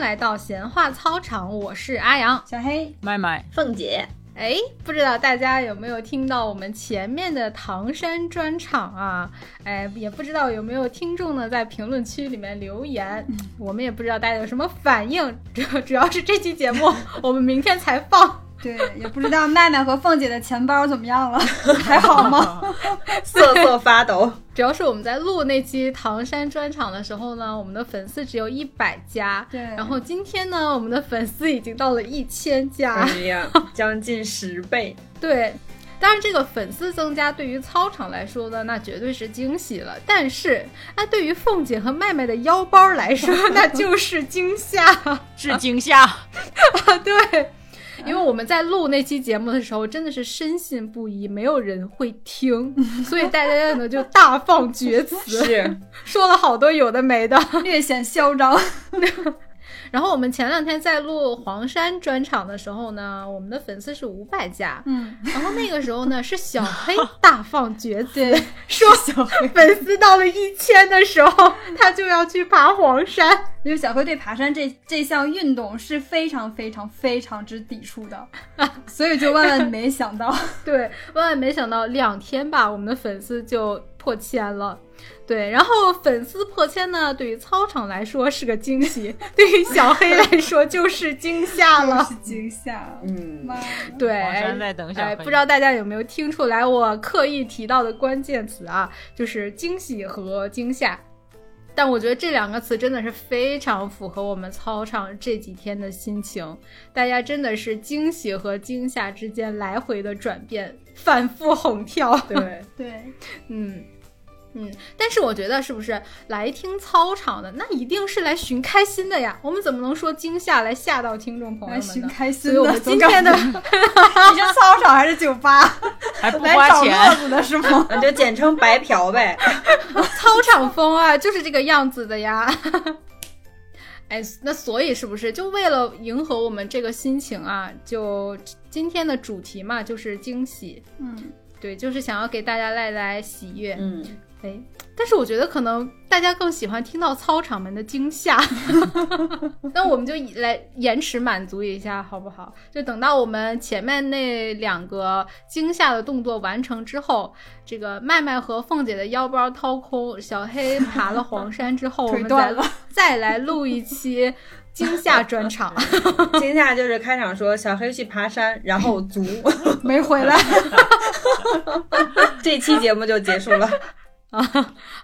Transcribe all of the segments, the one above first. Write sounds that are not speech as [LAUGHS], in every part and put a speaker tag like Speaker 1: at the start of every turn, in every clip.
Speaker 1: 来到闲话操场，我是阿阳，
Speaker 2: 小黑，
Speaker 3: 麦麦，
Speaker 4: 凤姐，
Speaker 1: 哎，不知道大家有没有听到我们前面的唐山专场啊？哎，也不知道有没有听众呢在评论区里面留言，我们也不知道大家有什么反应。主主要是这期节目我们明天才放，
Speaker 2: 对，也不知道麦麦和凤姐的钱包怎么
Speaker 1: [LAUGHS]
Speaker 2: 样了，还好吗？ [LAUGHS]
Speaker 4: 瑟瑟发 [LAUGHS] 抖。
Speaker 1: 主要是我们在录那期唐山专场的时候呢，我们的粉丝只有一百加，
Speaker 2: 对
Speaker 1: 然后今天呢，我们的粉丝已经到了一千加，
Speaker 4: 哎呀，将近十倍，
Speaker 1: 对，当然这个粉丝增加对于操场来说呢，那绝对是惊喜了。但是，那对于凤姐和麦麦的腰包来说， [LAUGHS] 那就是惊吓。
Speaker 3: 啊致惊吓，
Speaker 1: 对，因为我们在录那期节目的时候，真的是深信不疑，没有人会听，所以大家呢就大放厥词，
Speaker 4: 是
Speaker 1: 说了好多有的没的。
Speaker 2: 略显嚣张。
Speaker 1: [LAUGHS] 然后我们前两天在录黄山专场的时候呢，我们的粉丝是五百加，
Speaker 2: 嗯，
Speaker 1: 然后那个时候呢，是小黑大放厥词
Speaker 2: 对，
Speaker 1: 说粉丝到了一千的时候， [LAUGHS] 他就要去爬黄山。
Speaker 2: 因为小黑对爬山这这项运动是非常非常非常之抵触
Speaker 1: [LAUGHS]
Speaker 2: 的，所以就万万没想到，
Speaker 1: 对，万万没想到，两天吧，我们的粉丝就破千了。对，然后粉丝破千呢，对于操场来说是个惊喜，对于小黑来说 [LAUGHS] 就是惊吓
Speaker 2: 真
Speaker 1: 了。
Speaker 2: 是惊吓。
Speaker 4: 嗯
Speaker 2: 妈，呀！
Speaker 1: 对，
Speaker 3: 黄山在等小
Speaker 1: 哎，
Speaker 3: 黑，
Speaker 1: 不知道大家有没有听出来我刻意提到的关键词啊，就是惊喜和惊吓。但我觉得这两个词真的是非常符合我们操场这几天的心情，大家真的是惊喜和惊吓之间来回的转变，反复哄跳。
Speaker 4: 对，
Speaker 2: 对，
Speaker 1: 嗯嗯，但是我觉得是不是来听操场的，那一定是来寻开心的呀？我们怎么能说惊吓来吓到听众朋友
Speaker 2: 来
Speaker 1: 们
Speaker 2: 寻
Speaker 1: 呢？
Speaker 2: 开
Speaker 1: 所
Speaker 2: 心
Speaker 1: 以
Speaker 2: 的。
Speaker 1: 我们今天的
Speaker 2: 总感觉你是操场还是酒
Speaker 1: [LAUGHS]
Speaker 2: 吧？
Speaker 3: [LAUGHS] 还不
Speaker 2: 来
Speaker 3: 花
Speaker 2: 找
Speaker 3: 钱
Speaker 2: 乐，子的是吗？
Speaker 4: 那就简称白嫖呗。
Speaker 1: 操场风啊，就是这个样子的呀。 [LAUGHS] 哎，那所以是不是就为了迎合我们这个心情啊？就今天的主题嘛，就是惊喜，
Speaker 2: 嗯，
Speaker 1: 对，就是想要给大家带来喜悦。
Speaker 4: 嗯，
Speaker 1: 哎，但是我觉得可能大家更喜欢听到操场们的惊吓， [LAUGHS] 那我们就以来延迟满足一下好不好？就等到我们前面那两个惊吓的动作完成之后，这个麦麦和凤姐的腰包掏空，小黑爬了黄山之后，我
Speaker 2: [LAUGHS] 腿
Speaker 1: 们再
Speaker 2: 断了
Speaker 1: 再来录一期惊吓专场。
Speaker 4: 今夏就是开场说小黑去爬山，然后足， [LAUGHS]
Speaker 2: 没回来。
Speaker 4: 这期节目就结束了。
Speaker 1: 啊，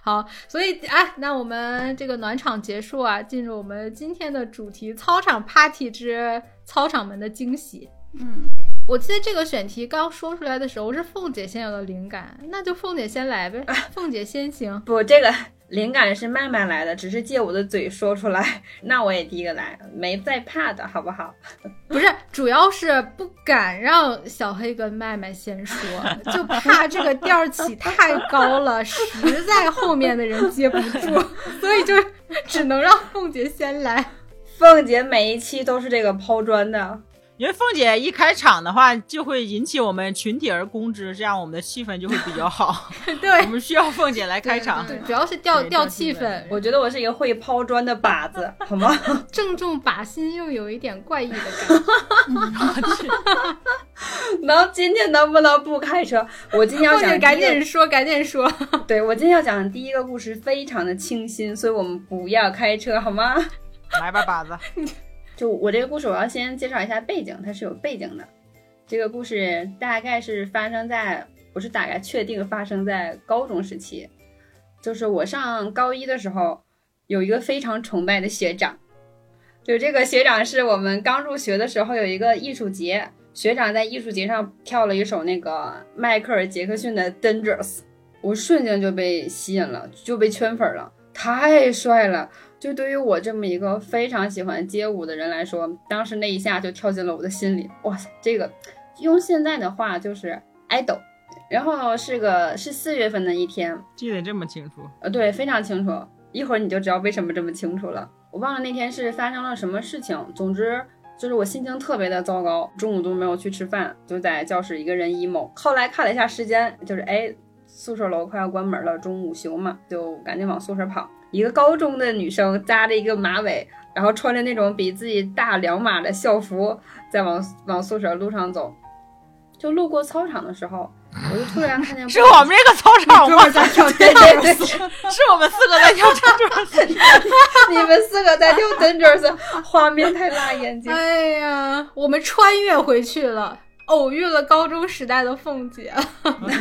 Speaker 1: 好，所以哎，那我们这个暖场结束啊，进入我们今天的主题——操场 party 之操场们的惊喜。
Speaker 2: 嗯，
Speaker 1: 我记得这个选题刚说出来的时候是凤姐先有的灵感，那就凤姐先来呗，凤姐先行。
Speaker 4: 不，这个灵感是慢慢来的，只是借我的嘴说出来。那我也第一个来，没在怕的好不好？
Speaker 1: 不是，主要是不敢让小黑跟麦麦先说，就怕这个调儿起太高了，实在后面的人接不住，所以就只能让凤姐先来。
Speaker 4: 凤姐每一期都是这个抛砖的，
Speaker 3: 因为凤姐一开场的话，就会引起我们群体而攻之，这样我们的气氛就会比较好。
Speaker 1: 对
Speaker 3: 我们需要凤姐来开场。
Speaker 1: 对，主要是吊
Speaker 3: 对
Speaker 1: 吊
Speaker 3: 吊
Speaker 1: 气
Speaker 3: 气
Speaker 1: 氛
Speaker 3: 氛，
Speaker 4: 我觉得我是一个会抛砖的靶子，好吗？
Speaker 1: 正中靶心又有一点怪异的感觉。
Speaker 4: 然后今天能不能不开车？我今天要
Speaker 1: 凤
Speaker 4: 讲第
Speaker 1: 姐
Speaker 4: 一个，
Speaker 1: 赶紧说，赶紧说。
Speaker 4: 对我今天要讲的第一个故事非常的清新，所以我们不要开车好吗？
Speaker 3: 来吧，靶子，
Speaker 4: 就我这个故事，我要先介绍一下背景，它是有背景的。这个故事大概是发生在，我是大概确定发生在高中时期，就是我上高一的时候，有一个非常崇拜的学长，就这个学长是我们刚入学的时候有一个艺术节，学长在艺术节上跳了一首那个迈克尔·杰克逊的《Dangerous》，我瞬间就被吸引了，就被圈粉了，太帅了。就对于我这么一个非常喜欢街舞的人来说，当时那一下就跳进了我的心里。哇塞，这个用现在的话就是 idol。然后是个是四月份的一天，
Speaker 3: 记得这么清楚，
Speaker 4: 呃，对，非常清楚。一会儿你就知道为什么这么清楚了。我忘了那天是发生了什么事情，总之就是我心情特别的糟糕，中午都没有去吃饭，就在教室一个人 emo。后来看了一下时间，就是哎，宿舍楼快要关门了，中午午休嘛，就赶紧往宿舍跑。一个高中的女生扎着一个马尾，然后穿着那种比自己大两码的校服，在往往宿舍路上走。就路过操场的时候，我就突然看见
Speaker 3: 是我们这个操场
Speaker 2: 哥
Speaker 3: 吗
Speaker 2: 们？在跳
Speaker 4: 对对对，
Speaker 3: 是我们四个在跳操场。
Speaker 4: [LAUGHS] 你们四个在跳 Dangerous，画面太辣眼睛。
Speaker 1: 哎呀，我们穿越回去了，偶遇了高中时代的凤姐。
Speaker 3: OK，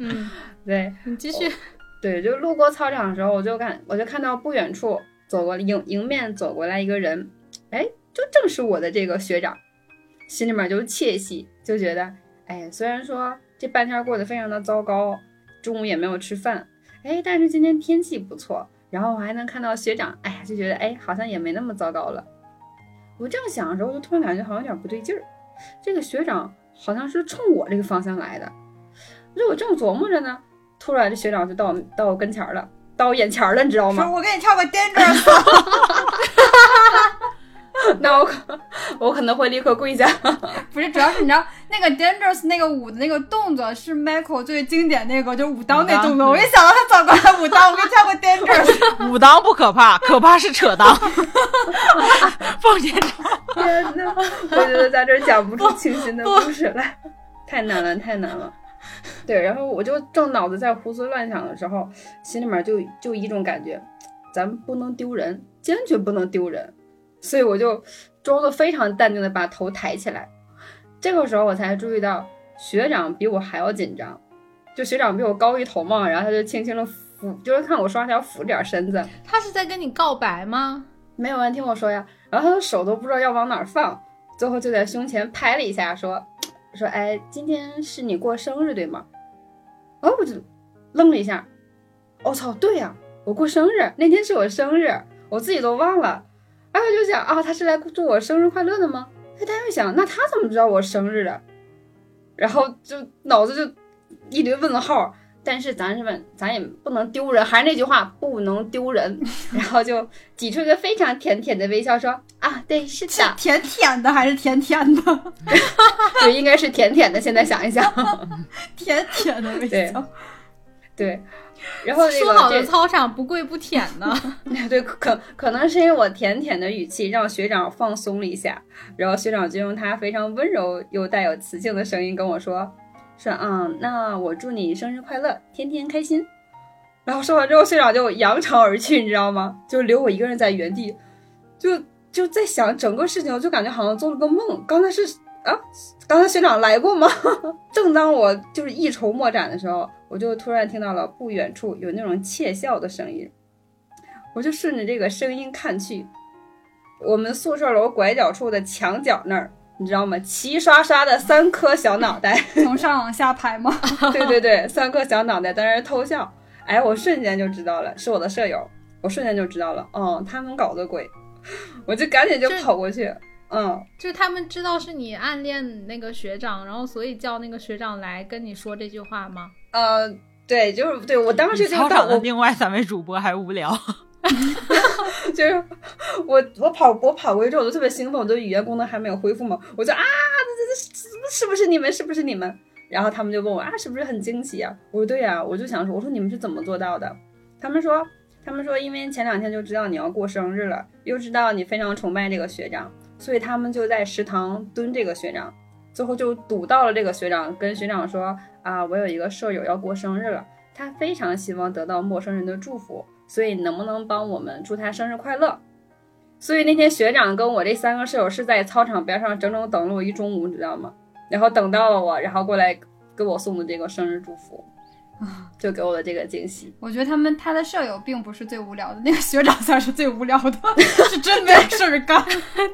Speaker 1: [LAUGHS] 嗯，哦
Speaker 4: 对
Speaker 1: 你继续。
Speaker 4: 对，就路过操场的时候，我就看我就看到不远处走过迎迎面走过来一个人，哎，就正是我的这个学长，心里面就窃喜，就觉得哎，虽然说这半天过得非常的糟糕，中午也没有吃饭，哎，但是今天天气不错，然后我还能看到学长，哎呀，就觉得哎，好像也没那么糟糕了。我正想的时候，就突然感觉好像有点不对劲儿，这个学长好像是冲我这个方向来的。就我正琢磨着呢，突然这学长就到我到我跟前儿了，到我眼前儿了，你知道吗
Speaker 2: 说？我给你跳个 dangerous，
Speaker 4: [LAUGHS] 那我可我可能会立刻跪下。
Speaker 2: 不是，主要是你知道那个 dangerous 那个舞的那个动作是 Michael 最经典那个，就是武当那动作。
Speaker 3: 武当
Speaker 2: 我一想到他早高的武当，我给你跳个 dangerous。
Speaker 3: 武当不可怕，可怕是扯裆。凤姐，
Speaker 4: 天呐，我觉得在这儿讲不出清新的故事来， [LAUGHS] 太难了，太难了。对，然后我就正脑子在胡思乱想的时候，心里面就就一种感觉，咱们不能丢人，坚决不能丢人。所以我就装作非常淡定的把头抬起来。这个时候我才注意到学长比我还要紧张，就学长比我高一头嘛，然后他就轻轻的扶，就是看我刷条扶着点身子，
Speaker 1: 他是在跟你告白吗？
Speaker 4: 没有人听我说呀，然后他的手都不知道要往哪儿放，最后就在胸前拍了一下，说：“说哎，今天是你过生日对吗？”哦，我就愣了一下，我、操，对呀、我过生日，那天是我生日，我自己都忘了。哎，我就想啊，他是来祝我生日快乐的吗？哎，但又想，那他怎么知道我生日啊？然后就脑子就一堆问号，但是咱是问，咱也不能丢人，还是那句话，不能丢人。 [LAUGHS] 然后就挤出一个非常腼腆的微笑，说：“啊，对，是
Speaker 2: 是
Speaker 4: 的，
Speaker 2: 甜甜的还是甜甜的？ [LAUGHS]
Speaker 4: [LAUGHS] 就应该是腼腆的。”现在想一想， [LAUGHS]
Speaker 2: 甜甜的微
Speaker 4: 对
Speaker 2: 笑。
Speaker 4: 对。然后、这个、
Speaker 1: 说好的
Speaker 4: 这
Speaker 1: 操场不跪不舔呢？
Speaker 4: [LAUGHS] 对，可可能是因为我腼腆的语气让学长放松了一下，然后学长就用他非常温柔又带有磁性的声音跟我说：“说啊、那我祝你生日快乐，天天开心。”然后说完之后，学长就扬长而去，你知道吗？就留我一个人在原地，就就在想整个事情，我就感觉好像做了个梦。刚才是啊，刚才学长来过吗？ [LAUGHS] 正当我就是一筹莫展的时候，我就突然听到了不远处有那种窃笑的声音。我就顺着这个声音看去，我们宿舍楼拐角处的墙角那儿，你知道吗？齐刷刷的三颗小脑袋，
Speaker 2: [LAUGHS]
Speaker 3: [LAUGHS]
Speaker 2: 从上往下排吗？
Speaker 4: 对对对，三颗小脑袋在那儿偷笑。哎，我瞬间就知道了，是我的舍友，我瞬间就知道了，哦，他们搞的鬼，我就赶紧就
Speaker 1: 这
Speaker 4: 跑过去，嗯，
Speaker 1: 就他们知道是你暗恋那个学长，然后所以叫那个学长来跟你说这句话吗？
Speaker 4: 呃，对，就是对我当时就
Speaker 3: 操
Speaker 4: 到
Speaker 3: 场的
Speaker 4: 我
Speaker 3: 另外三位主播还无聊。
Speaker 4: 就是我我跑我跑过去之后，我就特别兴奋，我的语言功能还没有恢复嘛，我就啊，这这这是不是你们？是不是你们？然后他们就问我啊，是不是很惊奇啊？我说对呀、我就想说，我说你们是怎么做到的？他们说他们说，因为前两天就知道你要过生日了，又知道你非常崇拜这个学长，所以他们就在食堂蹲这个学长，最后就堵到了这个学长，跟学长说啊，我有一个舍友要过生日了，他非常希望得到陌生人的祝福，所以能不能帮我们祝他生日快乐？所以那天学长跟我这三个舍友是在操场边上整整等了我一中午，你知道吗？然后等到了我，然后过来给我送的这个生日祝福，就给我的这个惊喜。
Speaker 2: 我觉得他们他的舍友并不是最无聊的，那个学长才是最无聊的， [LAUGHS] 是真没有事儿干。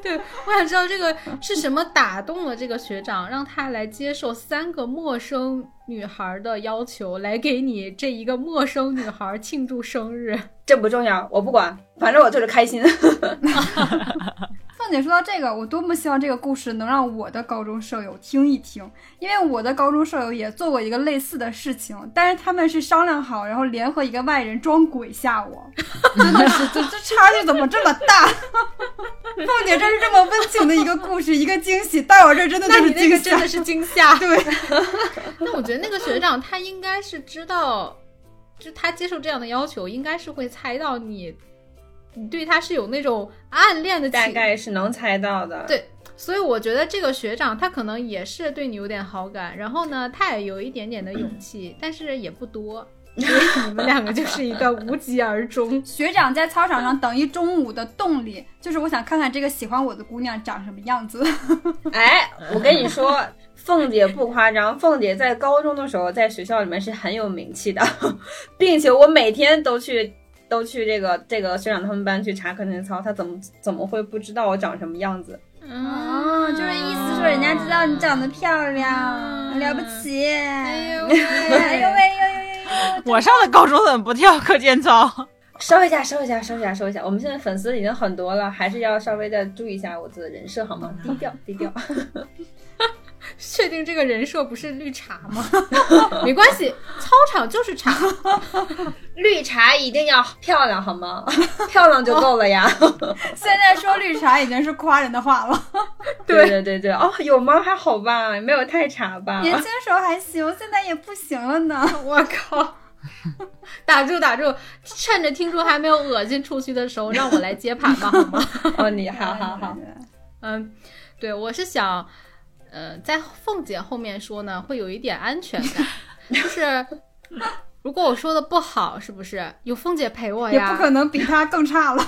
Speaker 1: 对，我想知道这个是什么打动了这个学长，让他来接受三个陌生女孩的要求，来给你这一个陌生女孩庆祝生
Speaker 2: [LAUGHS]
Speaker 1: 日。
Speaker 4: 这不重要，我不管，反正我就是开心。
Speaker 2: 凤姐说到这个，我多么希望这个故事能让我的高中舍友听一听，因为我的高中舍友也做过一个类似的事情，但是他们是商量好，然后联合一个外人装鬼吓我，真的是这这差距怎么这么大？凤姐这是这么温情的一个故事，一个惊喜，到我这儿真的
Speaker 1: 那
Speaker 2: 就
Speaker 1: 你
Speaker 2: 是
Speaker 1: 那
Speaker 2: 惊
Speaker 1: 个
Speaker 2: 喜
Speaker 1: 真。的是惊吓。
Speaker 2: 对，。
Speaker 1: [LAUGHS] 那我觉得那个学长他应该是知道，就他接受这样的要求，应该是会猜到你你对他是有那种暗恋的
Speaker 4: 大
Speaker 1: 情
Speaker 4: 概是能猜到的。
Speaker 1: 对所以我觉得这个学长他可能也是对你有点好感，然后呢，他也有一点点的勇气，但是也不 [LAUGHS] 多。所以你们两个就是一个无疾而终
Speaker 2: 学长在操场上等一中午的动力，就是我想看看这个喜欢我的姑娘长什么样子。
Speaker 4: 哎，我跟你说，凤姐不夸张，凤姐在高中的时候在学校里面是很有名气的， [LAUGHS] 并且我每天都去都去这个这个学长他们班去查课间操，她怎么怎么会不知道我长什么样子？
Speaker 1: 嗯，
Speaker 2: 就是意思
Speaker 1: 说
Speaker 2: 说
Speaker 1: 人
Speaker 2: 人
Speaker 1: 家
Speaker 2: 家
Speaker 1: 知
Speaker 2: 知
Speaker 1: 道
Speaker 2: 道
Speaker 1: 你
Speaker 2: 你
Speaker 1: 长
Speaker 2: 长得漂
Speaker 1: 亮
Speaker 2: 亮，
Speaker 1: 了
Speaker 2: 了
Speaker 1: 不
Speaker 2: 不起。嗯哎
Speaker 1: 呦
Speaker 2: 呦
Speaker 1: 喂
Speaker 2: 喂，
Speaker 1: 哎
Speaker 2: 哎
Speaker 1: 呦喂
Speaker 2: 呦喂，呦呦呦！
Speaker 3: 我上的高中怎么不跳课间操？
Speaker 4: 收一下，收一下，收一下，收一下。我们现在粉丝已经很多了，还是要稍微的注意一下我自己的人设好吗？低调，低 [LAUGHS] 调。
Speaker 1: 确定这个人设不是绿茶 [LAUGHS] 吗？没关系，操场就是茶。
Speaker 4: 绿茶一定要漂亮好 [LAUGHS] 吗？漂亮就够了呀。
Speaker 2: 现在说绿茶已经是夸人的话了。 [LAUGHS]
Speaker 4: 对对对对，哦，有吗？还好吧，没有太差吧。
Speaker 2: 年轻时候还行，现在也不行了呢。
Speaker 1: 我靠！打住打住！趁着听众还没有恶心出去的时候，让我来接盘吧，好吗？
Speaker 4: 哦，你好好好，
Speaker 1: 嗯，对，我是想，呃，在凤姐后面说呢，会有一点安全感，就是如果我说的不好，是不是有凤姐陪我
Speaker 2: 也
Speaker 1: 呀？
Speaker 2: 不可能比他更差 [LAUGHS] 了。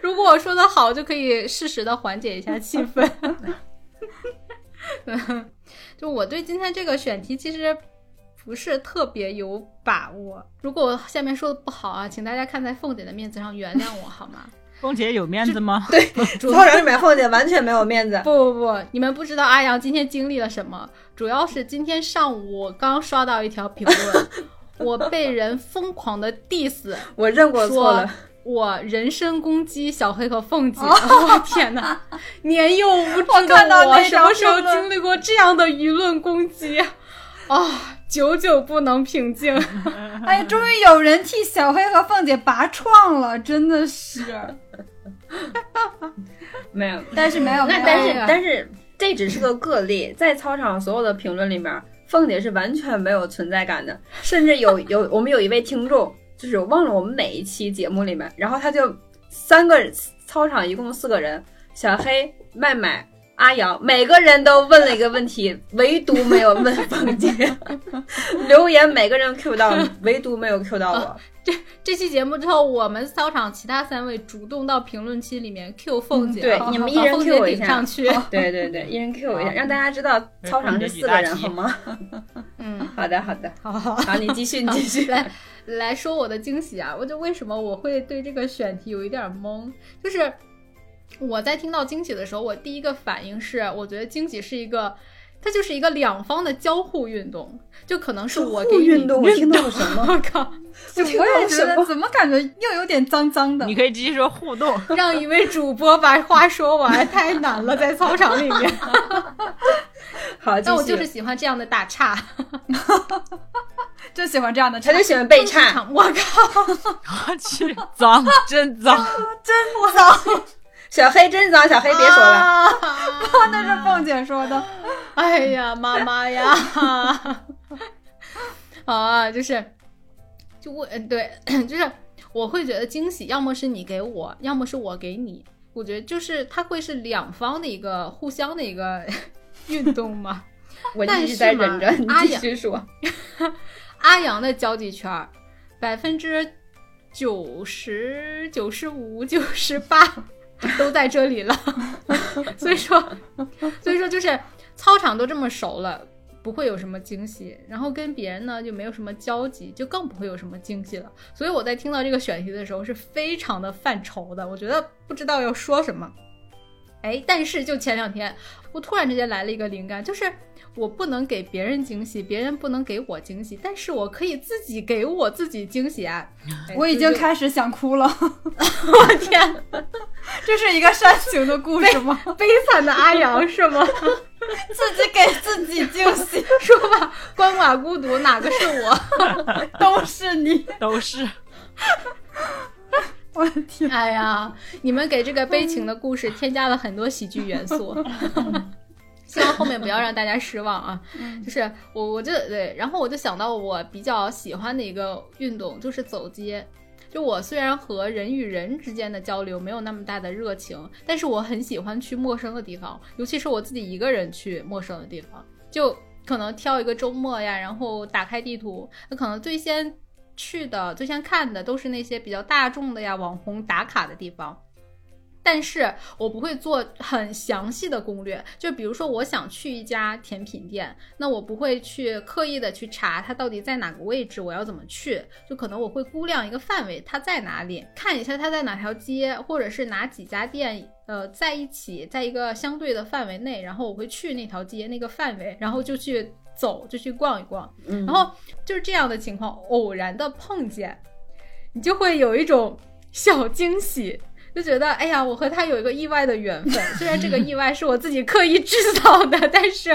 Speaker 1: 如果我说的好，就可以适时的缓解一下气氛。 [LAUGHS] 嗯就我对今天这个选题其实不是特别有把握。如果我下面说的不好啊，请大家看在凤姐的面子上原谅我好吗？
Speaker 3: 凤姐有面子吗？
Speaker 4: 操场里面凤姐完全没有面子。
Speaker 1: 不不不，你们不知道阿阳今天经历了什么，主要是今天上午我刚刷到一条评论，我被人疯狂的 diss，
Speaker 4: 我认过错
Speaker 1: 说
Speaker 4: 了，哦
Speaker 1: 我人身攻击小黑和凤姐， [LAUGHS] 我天哪！年幼无知
Speaker 2: 看
Speaker 1: 的
Speaker 2: 到
Speaker 1: 我，
Speaker 2: 那
Speaker 1: 什么
Speaker 2: 条
Speaker 1: 时候
Speaker 2: 评论
Speaker 1: 经历过这样的舆论攻击啊？久久不能平静。 [LAUGHS]
Speaker 2: 哎，终于有人替小黑和凤姐拔创了，真的是。
Speaker 4: 没有。
Speaker 2: 但是没有，
Speaker 4: 那
Speaker 2: 没有
Speaker 4: 但是
Speaker 1: 哎呀
Speaker 4: 但是这只是个个例，在操场所有的评论里面，凤姐是完全没有存在感的，甚至有有我们有一位听众，就是我忘了我们哪一期节目里面，然后他就三个人操场一共四个人，小黑、麦麦、阿阳，每个人都问了一个问题，唯独没有问凤姐， [LAUGHS] 留言每个人 Q 到，唯独没有 Q 到我。
Speaker 1: 这期节目之后，我们操场其他三位主动到评论区里面 Q 凤姐，
Speaker 4: 嗯对
Speaker 1: 好
Speaker 4: 你们
Speaker 1: 好
Speaker 4: 一
Speaker 1: 把
Speaker 4: 人
Speaker 1: 凤
Speaker 4: Q
Speaker 1: 姐
Speaker 4: 我一
Speaker 1: 顶
Speaker 4: 下
Speaker 1: 上
Speaker 4: [LAUGHS]
Speaker 1: 去。
Speaker 4: 对对对，一人 Q 我一下，
Speaker 3: 好
Speaker 4: 让大家知道操场是四个人，
Speaker 3: 凤姐
Speaker 4: 好
Speaker 3: 与
Speaker 4: 吗？ [LAUGHS]
Speaker 1: 嗯，
Speaker 4: 好的，好的，
Speaker 1: 好好。
Speaker 4: 好，你继续，你继续。 [LAUGHS]
Speaker 1: 来来说我的惊喜啊，我就为什么我会对这个选题有一点懵，就是我在听到惊喜的时候，我第一个反应是，我觉得惊喜是一个。它就是一个两方的交互运动，就可能是我给你 [LAUGHS]
Speaker 4: 运动，我听到了什 [LAUGHS] 么？
Speaker 1: 我靠，
Speaker 4: 我听到
Speaker 2: 我也
Speaker 4: 了
Speaker 2: 觉
Speaker 4: 什
Speaker 2: 得
Speaker 4: 么？
Speaker 2: 怎么感觉又有点脏脏的
Speaker 3: 你。可以继续说互动。 [LAUGHS]
Speaker 1: 让一位主播把话说完，太难了，在操场里面。
Speaker 4: [LAUGHS] 好，
Speaker 1: 但
Speaker 4: 继续
Speaker 1: 我就是喜欢这样的打岔，
Speaker 2: 就喜欢这 [LAUGHS] 样的
Speaker 4: 他
Speaker 2: 差，
Speaker 4: 就喜欢被
Speaker 1: 市
Speaker 4: 差，
Speaker 1: 场我靠，
Speaker 3: 我去，脏，真脏！
Speaker 2: 真脏。
Speaker 4: 小黑真脏，小黑别说了，
Speaker 1: 啊
Speaker 2: [LAUGHS] 那是凤姐说的。
Speaker 1: 哎呀，妈妈呀！ [LAUGHS] 啊，就是，就我，嗯对， [COUGHS] 就是我会觉得惊喜，要么是你给我，要么是我给你。我觉得就是它会是两方的一个互相的一个 [LAUGHS] 运动嘛。
Speaker 4: 我
Speaker 1: 但
Speaker 4: 一直
Speaker 1: 是
Speaker 4: 在
Speaker 1: 嘛
Speaker 4: 忍着，你
Speaker 1: 阿
Speaker 4: 继
Speaker 1: 雅
Speaker 4: 续说。
Speaker 1: 阿阳的交际圈儿，百分之九十九十五、九十八都在这里了， [LAUGHS] 所以说，所以说就是操场都这么熟了，不会有什么惊喜，然后跟别人呢就没有什么交集，就更不会有什么惊喜了。所以我在听到这个选题的时候是非常的犯愁的，我觉得不知道要说什么。哎，但是就前两天，我突然之间来了一个灵感，就是我不能给别人惊喜，别人不能给我惊喜，但是我可以自己给我自己惊喜啊！哎
Speaker 2: 我已经
Speaker 1: 这就
Speaker 2: 开始想哭了， [LAUGHS]
Speaker 1: 我天，
Speaker 2: 这是一个煽情的故事吗？
Speaker 1: [LAUGHS] 悲惨的阿阳是吗？
Speaker 2: [LAUGHS] 自己给自己惊喜，
Speaker 1: [LAUGHS] 说吧，鳏寡孤独哪个是我？
Speaker 2: [LAUGHS] 都是你， [LAUGHS]
Speaker 3: 都是
Speaker 2: 我的天！
Speaker 1: [LAUGHS] 哎呀，你们给这个悲情的故事添加了很多喜剧元 [LAUGHS] 素，希望后面不要让大家失望啊！就是我，我就对，然后我就想到我比较喜欢的一个运动就是走街，就我虽然和人与人之间的交流没有那么大的热情，但是我很喜欢去陌生的地方，尤其是我自己一个人去陌生的地方，就可能挑一个周末呀，然后打开地图，那可能最先去的、最先看的都是那些比较大众的呀、网红打卡的地方。但是我不会做很详细的攻略，就比如说我想去一家甜品店，那我不会去刻意的去查它到底在哪个位置，我要怎么去，就可能我会估量一个范围，它在哪里，看一下它在哪条街，或者是哪几家店，呃，在一起，在一个相对的范围内，然后我会去那条街那个范围，然后就去走，就去逛一逛，
Speaker 4: 嗯，
Speaker 1: 然后就是这样的情况，偶然的碰见，你就会有一种 [LAUGHS] 小惊喜，就觉得哎呀，我和他有一个意外的缘分。虽然这个意外是我自己刻意制造的，但是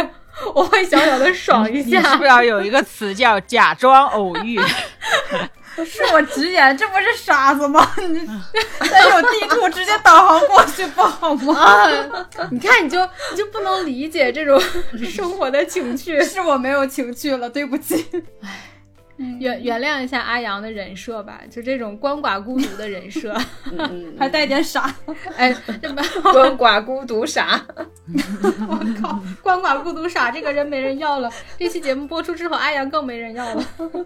Speaker 1: 我会小小的爽一
Speaker 3: [LAUGHS] 你是
Speaker 1: 下
Speaker 3: 不是。要有一个词
Speaker 1: [LAUGHS]
Speaker 3: 叫假装偶遇？
Speaker 2: 不是我直言，这不是傻子 [LAUGHS] 吗？你咱有地图，直接导航过去不好吗？
Speaker 1: 啊！你看，你就你就不能理解这
Speaker 3: [LAUGHS]
Speaker 1: 种生活的情趣。
Speaker 2: 是我没有情趣了，对不起。嗯
Speaker 1: 原原谅一下阿阳的人设吧，就这种鳏寡孤独的人设。 [LAUGHS]
Speaker 4: 嗯嗯嗯
Speaker 2: 还带点傻，
Speaker 1: 哎，这么
Speaker 4: 鳏寡孤独 [LAUGHS] 傻，
Speaker 1: 我靠，鳏寡孤独傻这个人没人要了。这期节目播出之后，阿阳更没人要了。 [LAUGHS]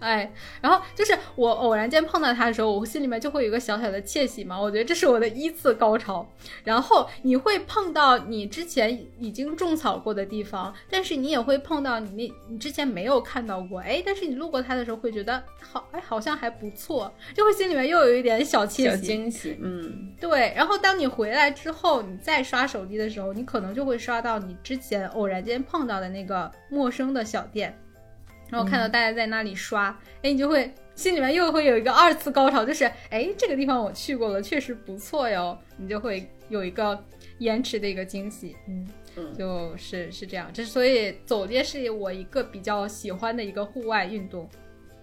Speaker 1: 哎，然后就是我偶然间碰到他的时候，我心里面就会有一个小小的窃喜嘛，我觉得这是我的一次高潮。然后你会碰到你之前已经种草过的地方，但是你也会碰到你那你之前没有看到过，哎，但是你路过它的时候会觉得好，哎，好像还不错，就会心里面又有一点小窃
Speaker 4: 小
Speaker 1: 喜。
Speaker 4: 惊喜，嗯，
Speaker 1: 对，然后当你回来之后，你再刷手机的时候，你可能就会刷到你之前偶然间碰到的那个陌生的小店，然后看到大家在那里刷，哎、你就会心里面又会有一个二次高潮，就是哎，这个地方我去过了，确实不错哟，你就会有一个延迟的一个惊喜，嗯。
Speaker 4: 嗯
Speaker 1: 就是是这样，这所以走街是我一个比较喜欢的一个户外运动。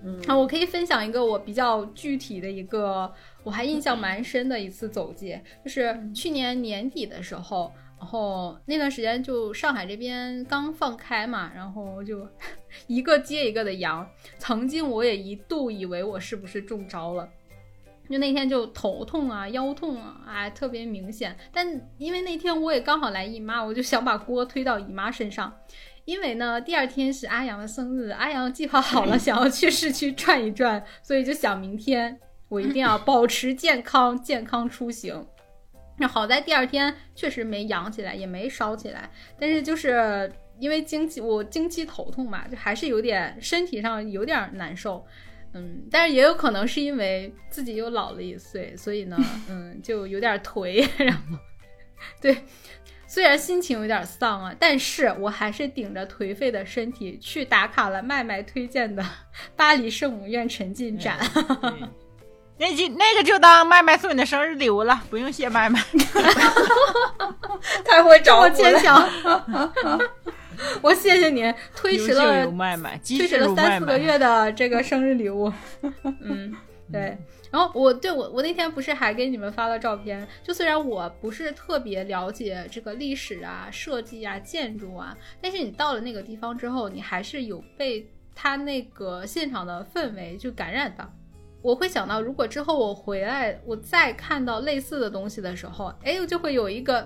Speaker 4: 嗯
Speaker 1: 啊，我可以分享一个我比较具体的一个，我还印象蛮深的一次走街，就是去年年底的时候，然后那段时间就上海这边刚放开嘛，然后就 [LAUGHS] 一个接一个的阳，曾经我也一度以为我是不是中招了。就那天就头痛啊、腰痛啊，哎，特别明显。但因为那天我也刚好来姨妈，我就想把锅推到姨妈身上，因为呢，第二天是阿阳的生日，阿阳计划好了想要去市区转一转，所以就想明天我一定要保持健康，健康出行。那好在第二天确实没痒起来，也没烧起来，但是就是因为经期我经期头痛嘛，就还是有点身体上有点难受。嗯，但是也有可能是因为自己又老了一岁，所以呢，嗯，就有点颓， [LAUGHS] 然后对，虽然心情有点丧啊，但是我还是顶着颓废的身体去打卡了麦麦推荐的巴黎圣母院沉浸展。嗯
Speaker 3: [LAUGHS] 那就那个就当麦麦送你的生日礼物了，不用谢麦麦。
Speaker 4: 太会
Speaker 1: 这
Speaker 4: 找
Speaker 1: 么
Speaker 4: 我
Speaker 1: 牵
Speaker 4: 了，
Speaker 1: 强，
Speaker 4: [LAUGHS]
Speaker 1: [LAUGHS] 我谢谢您，推
Speaker 3: 优
Speaker 1: 迟
Speaker 3: 秀
Speaker 1: 了
Speaker 3: 如麦麦，机
Speaker 1: 推
Speaker 3: 智
Speaker 1: 迟了
Speaker 3: 如麦
Speaker 1: 三四个
Speaker 3: 麦。
Speaker 1: 月的这个生日礼物。嗯，对。然后我对我我那天不是还给你们发了照片，就虽然我不是特别了解这个历史啊、设计啊、建筑啊，但是你到了那个地方之后，你还是有被它那个现场的氛围就感染到。我会想到，如果之后我回来，我再看到类似的东西的时候，哎，我就会有一个，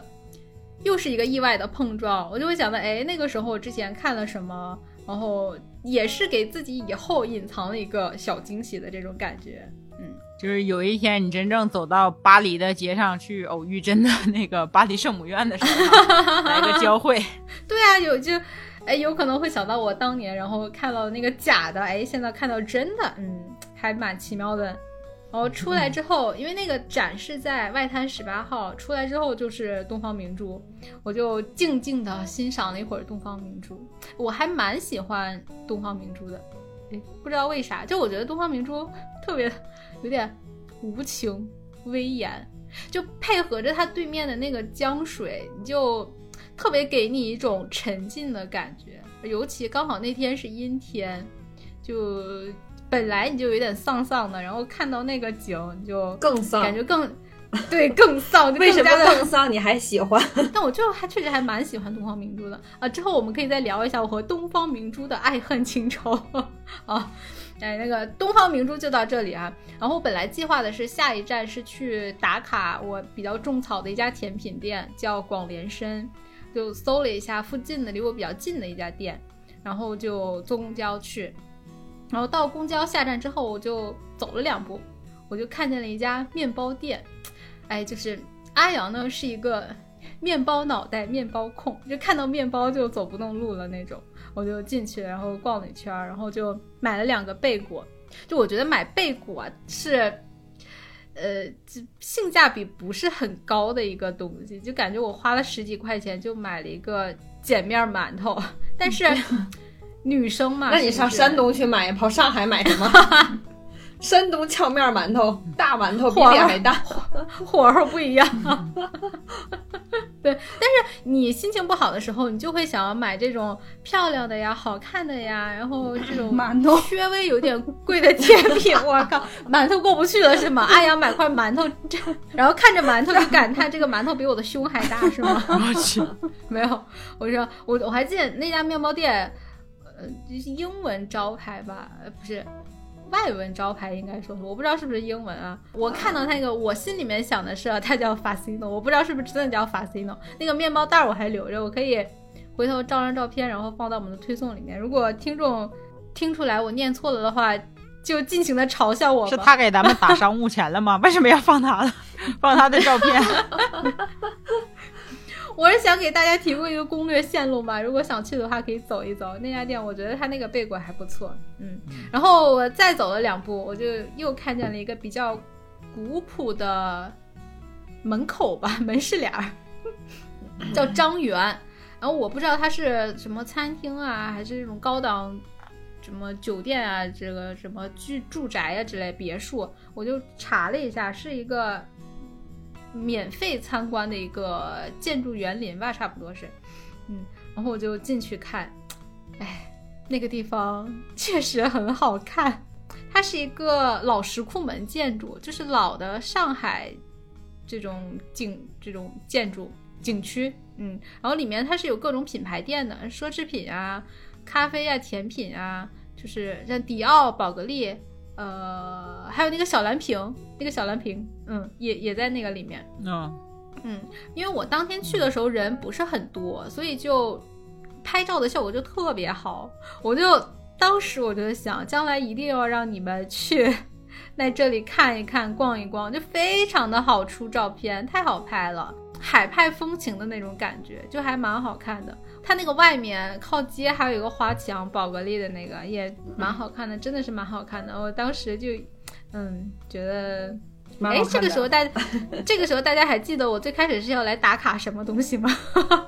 Speaker 1: 又是一个意外的碰撞，我就会想到，哎，那个时候我之前看了什么，然后也是给自己以后隐藏了一个小惊喜的这种感觉。
Speaker 3: 就是有一天你真正走到巴黎的街上去偶遇真的那个巴黎圣母院的时候，来个
Speaker 1: [LAUGHS]
Speaker 3: 交汇。
Speaker 1: 对啊，有就，哎，有可能会想到我当年，然后看到那个假的，哎，现在看到真的，嗯，还蛮奇妙的。然后出来之后，因为那个展是在外滩十八号，出来之后就是东方明珠，我就静静的欣赏了一会儿东方明珠。我还蛮喜欢东方明珠的，哎，不知道为啥，就我觉得东方明珠特别有点无情威严，就配合着它对面的那个江水，你就特别给你一种沉浸的感觉。尤其刚好那天是阴天，就本来你就有点丧丧的，然后看到那个景，你就
Speaker 4: 更丧
Speaker 1: 感觉更对，更丧，就
Speaker 4: 为什
Speaker 1: 更加
Speaker 4: 么
Speaker 1: 的
Speaker 4: 更丧你还喜 [LAUGHS] 欢？
Speaker 1: 但我就还确实还蛮喜欢东方明珠的啊。之后我们可以再聊一下我和东方明珠的爱恨情仇 [LAUGHS] 啊。哎，那个东方明珠就到这里啊。然后我本来计划的是下一站是去打卡我比较种草的一家甜品店，叫广联参，就搜了一下附近的离我比较近的一家店，然后就坐公交去。然后到公交下站之后，我就走了两步，我就看见了一家面包店。哎，就是阿阳呢是一个面包脑袋、面包控，就看到面包就走不动路了那种。我就进去，然后逛了一圈儿，然后就买了两个贝果。就我觉得买贝果啊是，呃，这性价比不是很高的一个东西，就感觉我花了十几块钱就买了一个碱面馒头， [LAUGHS] 但
Speaker 4: [LAUGHS]
Speaker 1: 是女生嘛，
Speaker 4: 那你
Speaker 1: 是不
Speaker 4: 上
Speaker 1: 是
Speaker 4: 山东去买一跑上海买什么？ [LAUGHS] 山东跷面馒头，大馒头比
Speaker 1: 哇
Speaker 4: 脸还 [LAUGHS] 大。
Speaker 1: 火候不一样。 [LAUGHS] 对，但是你心情不好的时候，你就会想要买这种漂亮的呀、好看的呀，然后这种
Speaker 2: 馒头
Speaker 1: 稍微有点贵的甜
Speaker 4: [LAUGHS]
Speaker 1: 品。我靠，馒头过不去了是吗？阿阳买块馒头，这然后看着馒头就感叹这个馒头比我的胸还大是吗？
Speaker 3: 我去，
Speaker 1: [LAUGHS] 没有，我说我我还记得那家面包店，呃，就是英文招牌吧，呃，不是外文招牌，应该说是，我不知道是不是英文啊。我看到那个，我心里面想的是、啊它叫 Fasino，我不知道是不是真的叫 Fasino。那个面包袋儿我还留着，我可以回头照张照片，然后放到我们的推送里面。如果听众听出来我念错了的话，就尽情的嘲笑我
Speaker 3: 是
Speaker 1: 吧。
Speaker 3: 他给咱们打商务钱
Speaker 1: [LAUGHS]
Speaker 3: 了吗？为什么要放他的放他的照片？
Speaker 1: [LAUGHS] 我是想给大家提供一个攻略线路嘛，如果想去的话可以走一走那家店，我觉得它那个贝果还不错，嗯。然后我再走了两步，我就又看见了一个比较古朴的门口吧，门市脸儿，叫张园。然后我不知道它是什么餐厅啊，还是这种高档什么酒店啊，这个什么居住宅啊之类别墅，我就查了一下，是一个免费参观的一个建筑园林吧，差不多是，嗯，然后我就进去看，哎，那个地方确实很好看，它是一个老石库门建筑，就是老的上海这种景这种建筑景区，嗯，然后里面它是有各种品牌店的，奢侈品啊、咖啡啊、甜品啊，就是像迪奥、宝格丽，呃，还有那个小蓝瓶，那个小蓝瓶，嗯，也也在那个里面。
Speaker 3: 嗯，
Speaker 1: 嗯，因为我当天去的时候人不是很多，所以就拍照的效果就特别好。我就当时我就想，将来一定要让你们去在这里看一看、逛一逛，就非常的好出照片，太好拍了，海派风情的那种感觉，就还蛮好看的。它那个外面靠街还有一个花墙，宝格丽的那个也蛮好看的，真的是蛮好看的。我当时就，嗯，觉得
Speaker 4: 蛮
Speaker 1: 哎
Speaker 4: 好，
Speaker 1: 这
Speaker 4: 看
Speaker 1: 个
Speaker 4: 的
Speaker 1: 时候大家，这个时候大家还记得我最开始是要来打卡什么东西
Speaker 4: [LAUGHS]
Speaker 1: 吗？ [LAUGHS]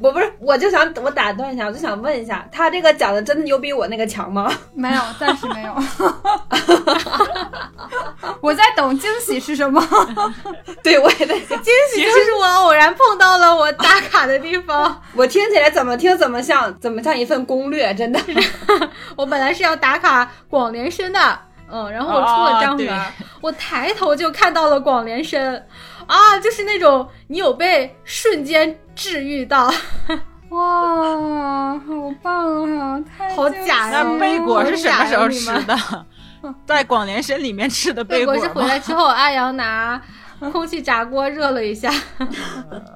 Speaker 4: 我不是，我就想我打断一下，我就想问一下，他这个讲的真的有比我那个强吗？ [LAUGHS]
Speaker 2: 没有，暂时没有。 [LAUGHS] 我在等惊喜是什么？
Speaker 4: 对，我也在想，
Speaker 1: 这就是我偶然碰到了我
Speaker 4: [LAUGHS]
Speaker 1: 打卡的地方。
Speaker 4: 我听起来怎么听怎么像怎么像一份攻略，真的。
Speaker 1: 我本来是要打卡广联深的，嗯，然后我出了张园，
Speaker 3: 哦
Speaker 1: 我抬头就看到了广联深，啊，就是那种你有被瞬间治愈到，
Speaker 2: 哇，好棒啊！太
Speaker 1: 好
Speaker 2: 惊喜
Speaker 1: 假呀
Speaker 3: 那
Speaker 2: 了
Speaker 3: 贝果是什么时候吃
Speaker 1: 哎我
Speaker 3: 的？在广联参里面吃的贝
Speaker 1: 贝
Speaker 3: 果
Speaker 1: 果是回
Speaker 3: 吗
Speaker 1: 来之后，阿阳拿空气炸锅热了一下，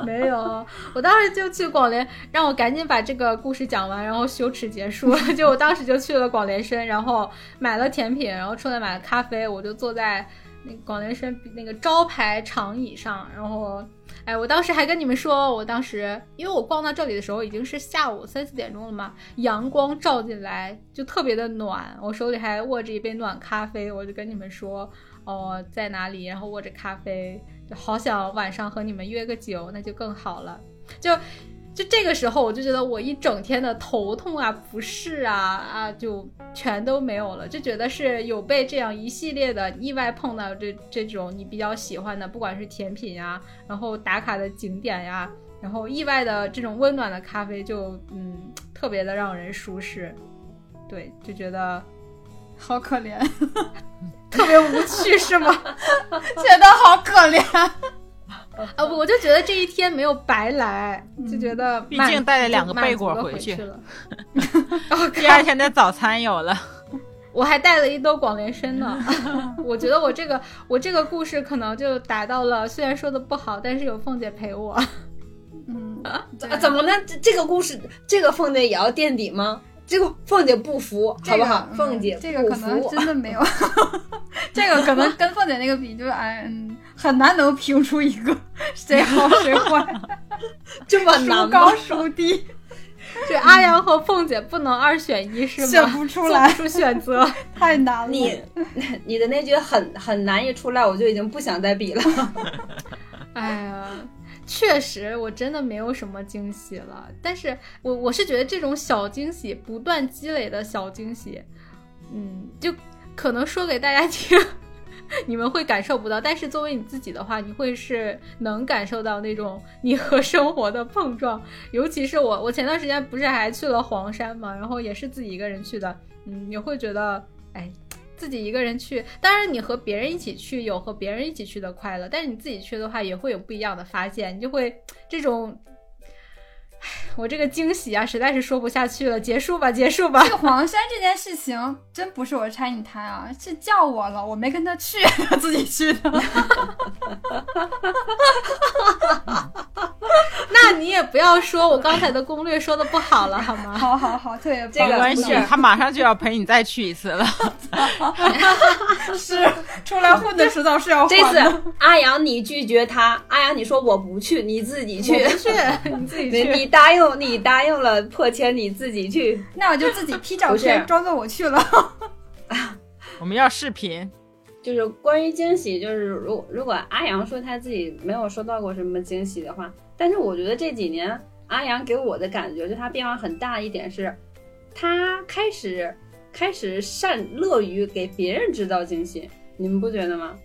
Speaker 1: 没有，我当时就去广联，让我赶紧把这个故事讲完，然后羞耻结束。 [LAUGHS] 就我当时就去了广联参，然后买了甜品，然后出来买了咖啡，我就坐在那个广联参那个招牌长椅上，然后。哎，我当时还跟你们说，我当时因为我逛到这里的时候已经是下午三四点钟了嘛，阳光照进来就特别的暖，我手里还握着一杯暖咖啡，我就跟你们说，哦，在哪里，然后握着咖啡，就好想晚上和你们约个酒，那就更好了。就就这个时候，我就觉得我一整天的头痛啊、不适啊啊，就全都没有了，就觉得是有被这样一系列的意外碰到这这种你比较喜欢的，不管是甜品啊，然后打卡的景点呀、然后意外的这种温暖的咖啡就，嗯特别的让人舒适，对，就觉得
Speaker 2: 好可怜，
Speaker 1: 特别无趣是吗？
Speaker 2: 觉得好可怜。
Speaker 1: 啊，不，我就觉得这一天没有白来，
Speaker 2: 嗯
Speaker 1: 就觉得
Speaker 3: 毕
Speaker 1: 满
Speaker 3: 竟带了两
Speaker 1: 就
Speaker 3: 个
Speaker 1: 满
Speaker 3: 被
Speaker 1: 足
Speaker 3: 果
Speaker 1: 地
Speaker 3: 回
Speaker 1: 回
Speaker 3: 去
Speaker 1: 了。
Speaker 3: 第二天的早餐有了，
Speaker 1: 我还带了一兜广联参
Speaker 3: [LAUGHS]
Speaker 1: 呢。我觉得我这个我这个故事可能就达到了，虽然说的不好，但是有凤姐陪我。 [LAUGHS]
Speaker 2: 嗯，
Speaker 4: 啊怎么呢？这这个故事，这个凤姐也要垫底吗？这个凤姐不服，
Speaker 2: 这个
Speaker 4: 好不好？
Speaker 2: 嗯
Speaker 4: 凤姐不服，
Speaker 2: 这个可能真的没有， [LAUGHS] 这个可能跟凤姐那个比，就是哎，嗯，很难能评出一个谁好谁坏，
Speaker 4: 这么
Speaker 2: 孰
Speaker 4: 难吗
Speaker 2: 高？孰低，
Speaker 1: 这阿阳和凤姐不能二选一是
Speaker 2: 选
Speaker 1: 吗？
Speaker 2: 不出
Speaker 1: 做
Speaker 2: 来，
Speaker 1: 出选择。
Speaker 2: 太难了。
Speaker 4: 你你的那句很很难一出来，我就已经不想再
Speaker 2: [LAUGHS]
Speaker 4: 比了。
Speaker 1: 哎呀，确实，我真的没有什么惊喜了。但是我我是觉得这种小惊喜，不断积累的小惊喜，嗯，就可能说给大家听， [LAUGHS] 你们会感受不到，但是作为你自己的话，你会是能感受到那种你和生活的碰撞。尤其是我，我前段时间不是还去了黄山嘛，然后也是自己一个人去的，嗯，也会觉得，哎，自己一个人去，当然你和别人一起去有和别人一起去的快乐，但是你自己去的话也会有不一样的发现，你就会这种，唉我这个惊喜啊，实在是说不下去了，结束吧，结束吧
Speaker 2: [LAUGHS] 这。个黄山这件事情真不是我拆你台啊，是叫我了，我没跟他去，
Speaker 4: [LAUGHS]
Speaker 2: 自己去的。
Speaker 1: 那你也不要说我刚才的攻略说的不好了，好
Speaker 2: [LAUGHS]
Speaker 1: 吗？
Speaker 2: 好好好，特别棒
Speaker 4: 这个
Speaker 3: 没关
Speaker 4: 不
Speaker 3: 系
Speaker 4: 是，
Speaker 3: 他马上就要陪你再去一次了。 [LAUGHS]
Speaker 2: 是出来混的迟早是要还
Speaker 4: 这
Speaker 2: 的。
Speaker 4: 次 [LAUGHS] 阿阳你拒绝他，阿阳你说我不去，你自己去。
Speaker 1: 我不去，你自己
Speaker 4: [LAUGHS] 你
Speaker 1: 去。
Speaker 4: 你答应你答应了破千，你自己去。
Speaker 2: 那我就自己 P 照
Speaker 4: 不
Speaker 2: 片，
Speaker 4: 是
Speaker 2: 装作我去了。
Speaker 3: 我们要视频，
Speaker 4: 就是关于惊喜，就是如果如果阿阳说他自己没有收到过什么惊喜的话，但是我觉得这几年阿阳给我的感觉，就他变化很大一点是，他开始开始善乐于给别人制造惊喜，你们不觉得吗？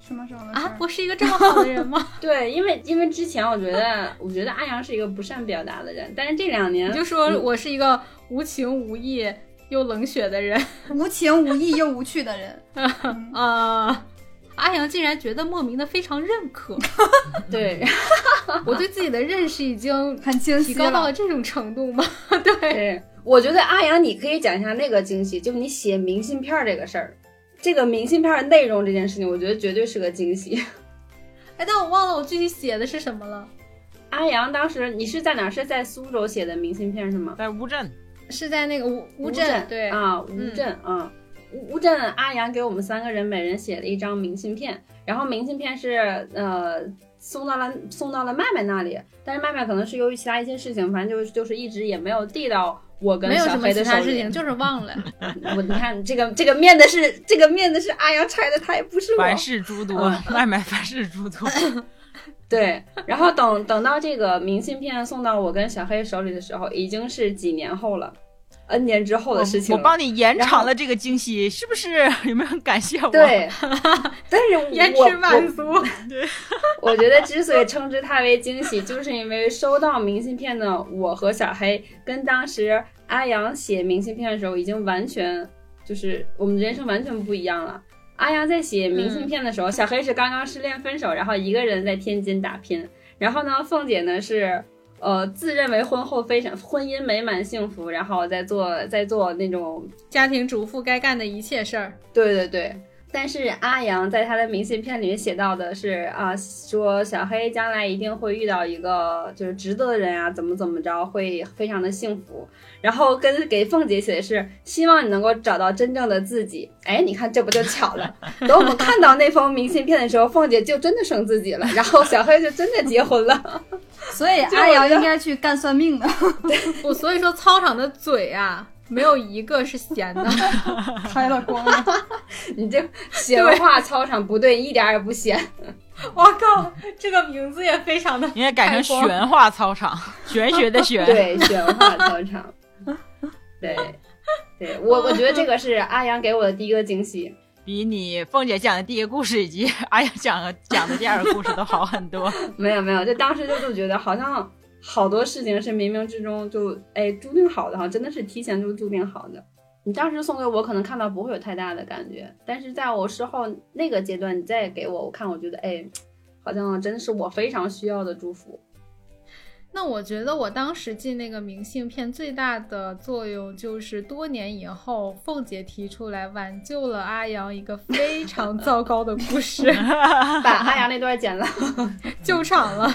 Speaker 2: 什么时候的事
Speaker 1: 啊
Speaker 2: 儿？，
Speaker 1: 我是一个这么好的人吗？
Speaker 4: 对，因为因为之前我觉得我觉得阿阳是一个不善表达的人，但是这两年
Speaker 1: 你就说我是一个无情无义又冷血的人
Speaker 2: 无情无义又无趣的人。嗯
Speaker 1: 啊、阿阳竟然觉得莫名的非常认可，
Speaker 4: 对， [LAUGHS]
Speaker 1: 我对自己的认识已经
Speaker 2: 很清
Speaker 1: [LAUGHS] 提
Speaker 2: 晰
Speaker 1: 高到
Speaker 2: 了
Speaker 1: 了，这种程度吗？对，
Speaker 4: 对，我觉得阿阳，你可以讲一下那个惊喜，就是你写明信片儿这个事儿。这个明信片儿内容这件事情，我觉得绝对是个惊喜。
Speaker 1: 哎，但我忘了我具体写的是什么了，
Speaker 4: 阿阳当时你是在哪儿？是在苏州写的明信片是吗？
Speaker 3: 在乌镇，
Speaker 1: 是在那个乌乌镇
Speaker 4: 镇
Speaker 1: 对。嗯
Speaker 4: 啊，乌镇啊，乌乌镇阿阳给我们三个人每人写了一张明信片，然后明信片是呃送到了送到了麦麦那里，但是麦麦可能是由于其他一些事情，反正就是就是一直也没有递到我跟
Speaker 1: 没有
Speaker 4: 小
Speaker 1: 什么
Speaker 4: 黑
Speaker 1: 其
Speaker 4: 的手
Speaker 1: 他
Speaker 4: 里
Speaker 1: 事。情，就是忘
Speaker 4: [LAUGHS]
Speaker 1: 了。
Speaker 4: 我你看这个这个面子是这个面子是阿阳拆的，他也不是嗯我。
Speaker 3: 凡事诸多，外卖凡事
Speaker 4: [LAUGHS]
Speaker 3: 诸多。
Speaker 4: 对，然后等等到这个明信片送到我跟小黑手里的时候，已经是几年后了，N 年之后
Speaker 3: 我
Speaker 4: 的事情
Speaker 3: 哦我
Speaker 4: 了。
Speaker 3: 帮你延
Speaker 4: 然后
Speaker 3: 长了这个惊喜，是不是？有没有很感谢我？，
Speaker 1: [LAUGHS]
Speaker 4: 对，但是我
Speaker 1: 延迟满
Speaker 4: 我
Speaker 1: 足，
Speaker 4: 我觉得之所以称之它为惊喜，就是因为收到明信片的我和小黑，跟当时阿阳写明信片的时候，已经完全就是我们人生完全不一样了。阿阳在写
Speaker 1: 嗯
Speaker 4: 明信片的时候，小黑是刚刚失恋分手，然后一个人在天津打拼。然后呢，凤姐呢是呃自认为婚后非常婚姻美满幸福，然后在做在做那种
Speaker 1: 家庭主妇该干的一切事儿。
Speaker 4: 对对对。但是阿阳在他的明信片里面写到的是啊，说小黑将来一定会遇到一个就是值得的人啊，怎么怎么着会非常的幸福。然后跟给凤姐写的是希望你能够找到真正的自己。哎，你看这不就巧了？等我们看到那封明信片的时候，凤姐就真的生自己了，然后小黑就真的结婚了。
Speaker 2: 所以阿瑶应该去干算命的。 [LAUGHS]
Speaker 1: 我所以说操场的嘴啊，没有一个是闲
Speaker 4: [LAUGHS]
Speaker 1: 的。
Speaker 2: 开了光了，
Speaker 4: 你这闲话操场不对，一点儿也不闲。
Speaker 1: 我靠，这个名字也非常的
Speaker 4: [LAUGHS]
Speaker 3: 应该改成玄化操场，玄学的玄。
Speaker 4: 对，玄化操场。对，对我我觉得这个是阿阳给我的第一个惊喜。
Speaker 3: 比你凤姐讲的第一个故事以及 [LAUGHS] 阿雅讲的讲的第二个故事都好很
Speaker 4: [LAUGHS]
Speaker 3: 多。
Speaker 4: 没有没有，就当时就就觉得好像好多事情是冥冥之中就哎注定好的，哈，真的是提前就注定好的。你当时送给我，可能看到不会有太大的感觉，但是在我事后那个阶段，你再给我，我看我觉得，哎，好像真是我非常需要的祝福。
Speaker 1: 那我觉得我当时进那个明信片最大的作用就是多年以后，凤姐提出来挽救了阿阳一个非常糟糕的故事， [LAUGHS]
Speaker 4: 把阿阳那段剪了， [LAUGHS]
Speaker 1: 救场了。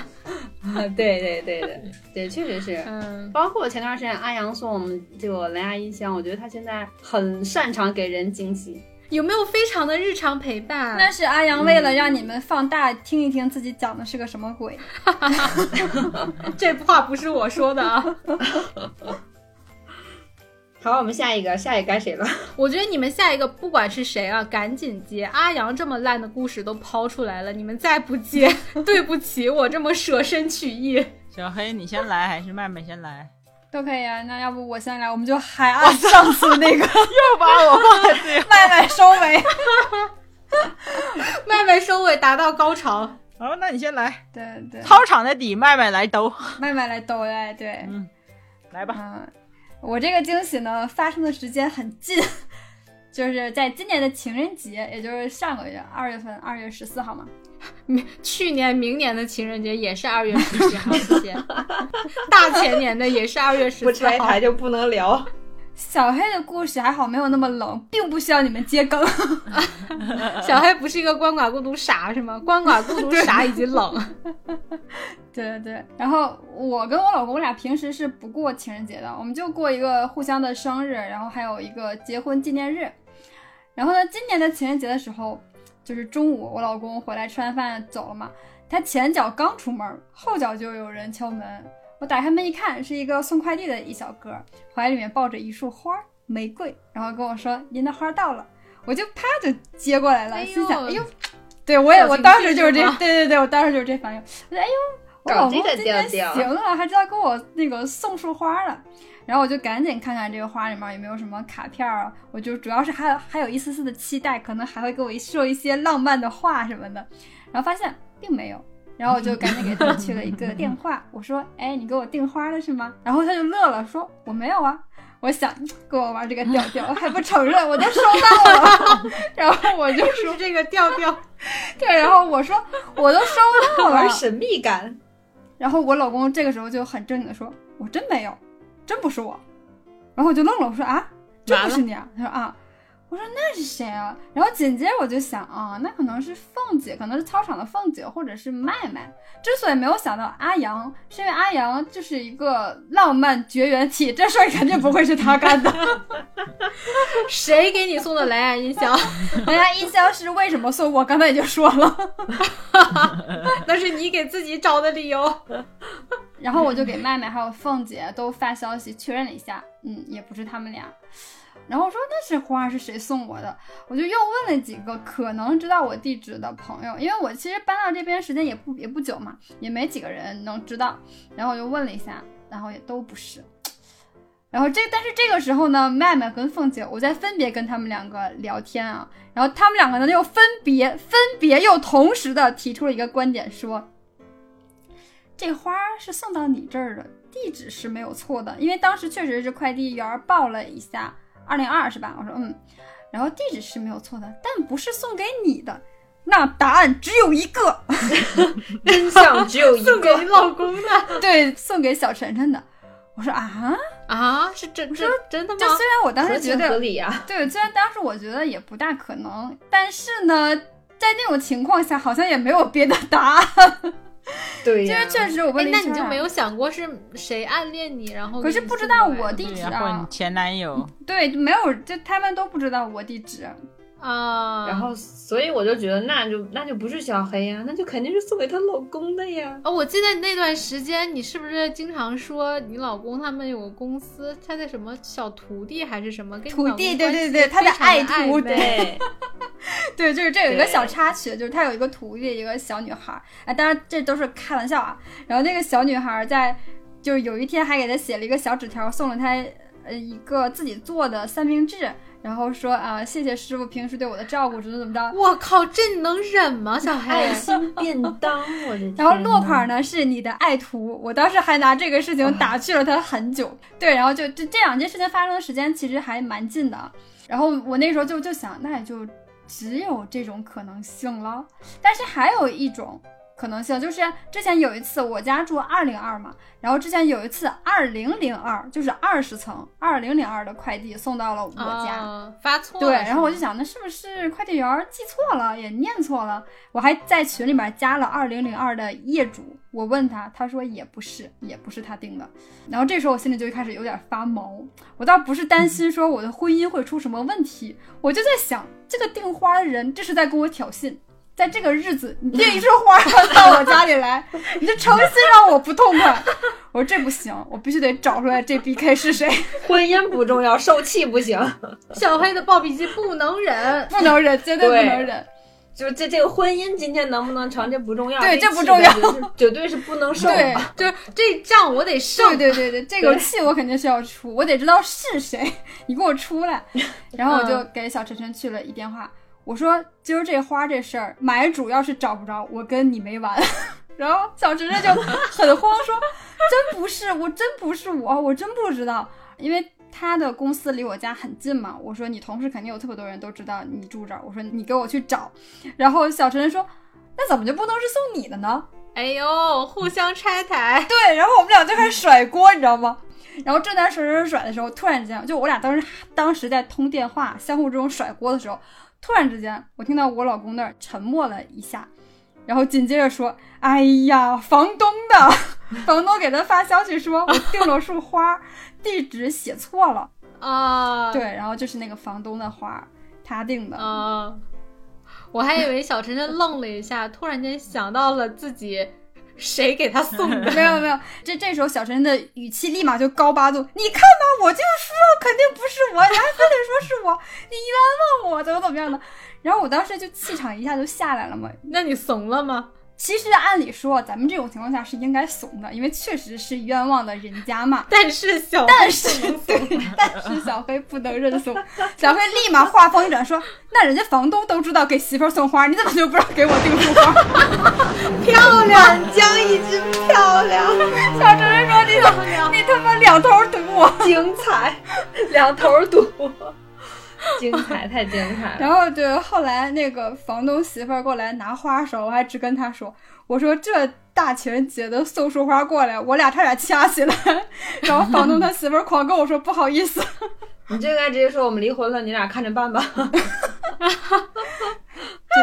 Speaker 4: 对对对对对，确实是。
Speaker 1: 嗯，
Speaker 4: 包括前段时间阿阳送我们这个蓝牙音箱，我觉得他现在很擅长给人惊喜。
Speaker 1: 有没有非常的日常陪伴？
Speaker 2: 那是阿阳为了让你们放大听一听自己讲的是个什么鬼，
Speaker 1: 这话不是我说的啊，
Speaker 4: 好，我们下一个，下一个该
Speaker 2: [LAUGHS]
Speaker 4: 谁了？
Speaker 1: [LAUGHS] 我觉得你们下一个不管是谁啊，赶紧接阿阳这么烂的故事都抛出来了，你们再不 [LAUGHS] 接，对不起我这么舍身取义。
Speaker 3: 小黑，你先来还是麦麦先来？
Speaker 2: 都可以啊。那要不我先来，我们就还按哦上次那个
Speaker 3: 又把我忘记
Speaker 2: [LAUGHS] 麦麦收尾。
Speaker 1: 麦麦收尾达到高潮， [LAUGHS]
Speaker 3: [LAUGHS] 好，那你先来。
Speaker 2: [LAUGHS] 对对，
Speaker 3: 操场的底，麦麦来兜。
Speaker 2: 麦麦来抖来，对，
Speaker 3: 嗯，来吧。
Speaker 2: 嗯，我这个惊喜呢，发生的时间很近， [LAUGHS] 就是在今年的情人节，也就是上个月二月份，二月十四号嘛。
Speaker 1: 去年、明年的情人节也是二月十四号，谢 [LAUGHS] 谢。大前年的也是二月十四号。
Speaker 4: 就不能聊。
Speaker 2: 小黑的故事还好没有那么冷，并不需要你们接梗。
Speaker 1: 小黑不是一个鳏寡孤独傻是吗？鳏寡孤独傻以及 [LAUGHS] 冷。
Speaker 2: 对对对，然后我跟我老公我俩平时是不过情人节的，我们就过一个互相的生日，然后还有一个结婚纪念日。然后呢，今年的情人节的时候，就是中午我老公回来吃完饭走了嘛，他前脚刚出门，后脚就有人敲门。我打开门一看，是一个送快递的一小哥，怀里面抱着一束花儿玫瑰，然后跟我说：“您的花儿到了。”我就啪就接过来了，
Speaker 1: 哎呦
Speaker 2: 心想：“哎呦，对我也我当时就是这
Speaker 1: 表情，
Speaker 2: 对对对，我当时就是这反应。”我说：“哎呦，我老
Speaker 4: 搞这
Speaker 2: 公
Speaker 4: 个
Speaker 2: 今天
Speaker 4: 调调
Speaker 2: 行了，还知道给我那个送束花了。”然后我就赶紧看看这个花里面有没有什么卡片儿啊，我就主要是还有还有一丝丝的期待，可能还会给我说一些浪漫的话什么的，然后发现并没有，然后我就赶紧给他去了一个电话，我说：“哎，你给我订花了是吗？”然后他就乐了，说：“我没有啊。”我想跟我玩这个调调，还不承认，我都收到了。 [LAUGHS] 然后我就
Speaker 1: 就是这个调调，
Speaker 2: 对，然后我说我都收到了，
Speaker 4: 神秘
Speaker 2: [LAUGHS]
Speaker 4: 感，
Speaker 2: 然后我老公这个时候就很正经的说：“我真没有，真不是我。”然后我就愣了，我说：“啊，真不是你啊？”他说：“啊。”我说：“那是谁啊？”然后紧接着我就想啊，那可能是凤姐，可能是操场的凤姐，或者是麦麦。之所以没有想到阿阳，是因为阿阳就是一个浪漫绝缘体，这事儿肯定不会是他干的。
Speaker 1: 谁给你送的蓝牙音箱？
Speaker 2: 人家音箱是为什么送我，刚才已经说了。
Speaker 1: [LAUGHS] 那是你给自己找的理由。
Speaker 2: 然后我就给麦麦还有凤姐都发消息确认了一下，嗯，也不是他们俩。然后我说那是花是谁送我的？我就又问了几个可能知道我地址的朋友，因为我其实搬到这边时间也不也不久嘛，也没几个人能知道。然后我就问了一下，然后也都不是。然后这但是这个时候呢，麦麦跟凤姐，我在分别跟他们两个聊天啊，然后他们两个呢又分别分别又同时的提出了一个观点说，这花儿是送到你这儿的，地址是没有错的，因为当时确实是快递员儿报了一下二零二是吧？我说嗯，然后地址是没有错的，但不是送给你的，那答案只有一个， [LAUGHS]
Speaker 4: 真相只有一
Speaker 1: 送给
Speaker 4: [LAUGHS]
Speaker 1: 你
Speaker 4: 个。
Speaker 1: 老公的
Speaker 2: 对，送给小晨晨的。我说啊，
Speaker 1: 啊？是真真真的
Speaker 2: 就虽
Speaker 1: 吗？
Speaker 2: 然我当
Speaker 4: 合
Speaker 2: 时觉
Speaker 4: 情合
Speaker 2: 得，
Speaker 4: 理啊呀、
Speaker 2: 对，虽然当时我觉得也不大可能，但是呢，在那种情况下好像也没有别的答案，
Speaker 4: 对啊
Speaker 2: 因
Speaker 4: 呀、
Speaker 2: 为确实我问
Speaker 1: 哎
Speaker 2: 了，一
Speaker 1: 那
Speaker 2: 圈
Speaker 1: 你就
Speaker 2: 儿啊
Speaker 1: 没有想过是谁暗恋你，然后
Speaker 2: 可是
Speaker 1: 给你
Speaker 2: 不知
Speaker 1: 送过
Speaker 2: 道
Speaker 1: 来
Speaker 2: 我
Speaker 1: 的
Speaker 2: 地址
Speaker 3: 呀，或者你
Speaker 2: 啊，
Speaker 3: 前男友。
Speaker 2: 对，没有，就他们都不知道我地址。
Speaker 1: 啊，
Speaker 4: 然后，所以我就觉得，那就那就不是小黑呀、那就肯定是送给她老公的呀。
Speaker 1: 哦，我记得你那段时间，你是不是经常说你老公他们有个公司，他的什么小徒弟还是什么？跟你
Speaker 2: 徒
Speaker 1: 老
Speaker 2: 弟
Speaker 1: 公
Speaker 2: 对
Speaker 1: 关
Speaker 2: 对
Speaker 1: 系
Speaker 2: 对
Speaker 1: 非
Speaker 2: 他的
Speaker 1: 常
Speaker 2: 爱
Speaker 1: 爱
Speaker 2: 徒
Speaker 1: 呗
Speaker 2: 对， [LAUGHS] 对，就是这有一个
Speaker 4: 对
Speaker 2: 小插曲，就是他有一个徒弟，一个小女孩儿，啊，当然这都是开玩笑啊。然后那个小女孩儿在，就是有一天还给他写了一个小纸条，送了他呃一个自己做的三明治，然后说啊谢谢师傅平时对我的照顾，怎么怎么着。
Speaker 1: 我靠，这你能忍吗，小黑
Speaker 4: 爱？心便当，我的天呐！哦
Speaker 2: 然后落款呢是你的爱徒，我当时还拿这个事情打趣了他很久。对，然后就就这两件事情发生的时间其实还蛮近的。然后我那时候就就想，那也就只有这种可能性了。但是还有一种可能性，就是之前有一次我家住二零二嘛，然后之前有一次二零零二，就是二十层二零零二的快递送到了我
Speaker 4: 哦
Speaker 2: 家。
Speaker 1: 啊发错了
Speaker 2: 对，
Speaker 1: 是吗
Speaker 2: 然后我就想，那是不是快递员儿记错了，也念错了？我还在群里面加了二零零二的业主，我问他，他说也不是，也不是他定的。然后这时候我心里就开始有点发毛，我倒不是
Speaker 1: 嗯
Speaker 2: 担心说我的婚姻会出什么问题，我就在想，这个订花的人这是在跟我挑衅。在这个日子，你订一束花儿 [LAUGHS] 到我家里来，你就诚心让我不痛快。 [LAUGHS] 我说这不行，我必须得找出来这 BK 是谁，
Speaker 4: 婚姻不重要，受气不行。 [LAUGHS]
Speaker 1: 小黑的暴脾气不能忍。
Speaker 2: 不能忍，绝对不能
Speaker 4: 对
Speaker 2: 忍。
Speaker 4: 就是这这个婚姻今天能不能成，这不重要。
Speaker 2: 对这
Speaker 4: 气
Speaker 2: 不重要
Speaker 4: 绝对是，绝对是不能受。
Speaker 2: 对，
Speaker 1: 就是这仗我得胜
Speaker 2: 对，对对对，这口气我肯定是要出，我得知道是谁，你给我出来。然后我就给小晨晨去了一电话，我说今儿这花这事儿，买主要是找不着，我跟你没完。 [LAUGHS] 然后小晨晨就很慌说，真不是，我真不是我，我真不知道，因为。他的公司离我家很近嘛，我说你同事肯定有特别多人都知道你住这儿，我说你给我去找，然后小晨晨说，那怎么就不能是送你的呢？
Speaker 1: 哎呦，互相拆台，
Speaker 2: 对，然后我们俩就开始甩锅，你知道吗？然后正在甩甩甩的时候，突然之间，就我俩当时当时在通电话，相互这种甩锅的时候，突然之间，我听到我老公那儿沉默了一下，然后紧接着说：“哎呀，房东的， [LAUGHS] 房东给他发消息说我订了束花儿，地址写错了。
Speaker 1: 啊，”
Speaker 2: 对，然后就是那个房东的花儿，他订的。
Speaker 1: 啊，我还以为小晨晨愣了一下，突然间想到了自己谁给他送
Speaker 2: [LAUGHS]
Speaker 1: 的。
Speaker 2: 没有没有，这这时候小陈的语气立马就高八度，你看吧，我就是说肯定不是我，你还非得说是我，你冤枉我，怎么怎么样的。然后我当时就气场一下就下来了嘛。
Speaker 1: 那你怂了吗？
Speaker 2: 其实按理说，咱们这种情况下是应该怂的，因为确实是冤枉的人家嘛。
Speaker 1: 但是小
Speaker 2: 但是，对，但是小黑不能认怂，小黑立马话锋一转说：“那人家房东都知道给媳妇儿送花，你怎么就不知道给我订 [LAUGHS] 束花？”
Speaker 1: 漂亮，江一只漂亮，
Speaker 2: 小陈说：“你怎么， [LAUGHS] 你他妈两头堵我。”
Speaker 4: [LAUGHS] 精彩，两头堵，精彩，太精彩了。
Speaker 2: [LAUGHS] 然后对，后来那个房东媳妇儿过来拿花的时候，我还直跟她说：“我说这大情人节的送束花过来，我俩差点掐起来。”然后房东他媳妇儿狂跟我说：“不好意思。
Speaker 4: 你就应该直接说我们离婚了，你俩看着办吧。”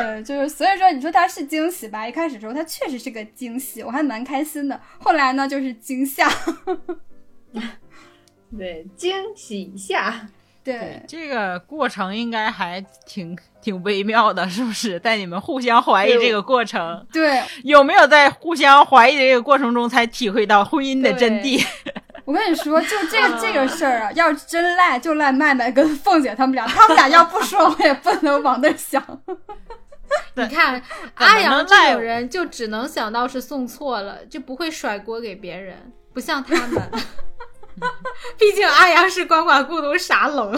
Speaker 2: 对，就是所以说，你说他是惊喜吧？一开始的时候他确实是个惊喜，我还蛮开心的。后来呢，就是惊吓。
Speaker 4: 对，惊喜一下，
Speaker 2: 对，
Speaker 3: 这个过程应该还挺挺微妙的，是不是？在你们互相怀疑
Speaker 4: 对
Speaker 3: 这个过程，
Speaker 2: 对
Speaker 3: 有没有在互相怀疑的这个过程中才体会到婚姻的真谛？ [LAUGHS]
Speaker 2: 我跟你说，就这个这个事儿啊，要是真赖就赖麦麦跟凤姐他们俩，他们俩要不说，我也不能往那儿想。
Speaker 1: 你看
Speaker 3: 怎么
Speaker 1: 阿阳
Speaker 3: 能赖
Speaker 1: 这种
Speaker 3: 我
Speaker 1: 人就只能想到是送错了，就不会甩锅给别人，不像他们。 [LAUGHS] 毕竟阿阳是管管孤独傻冷，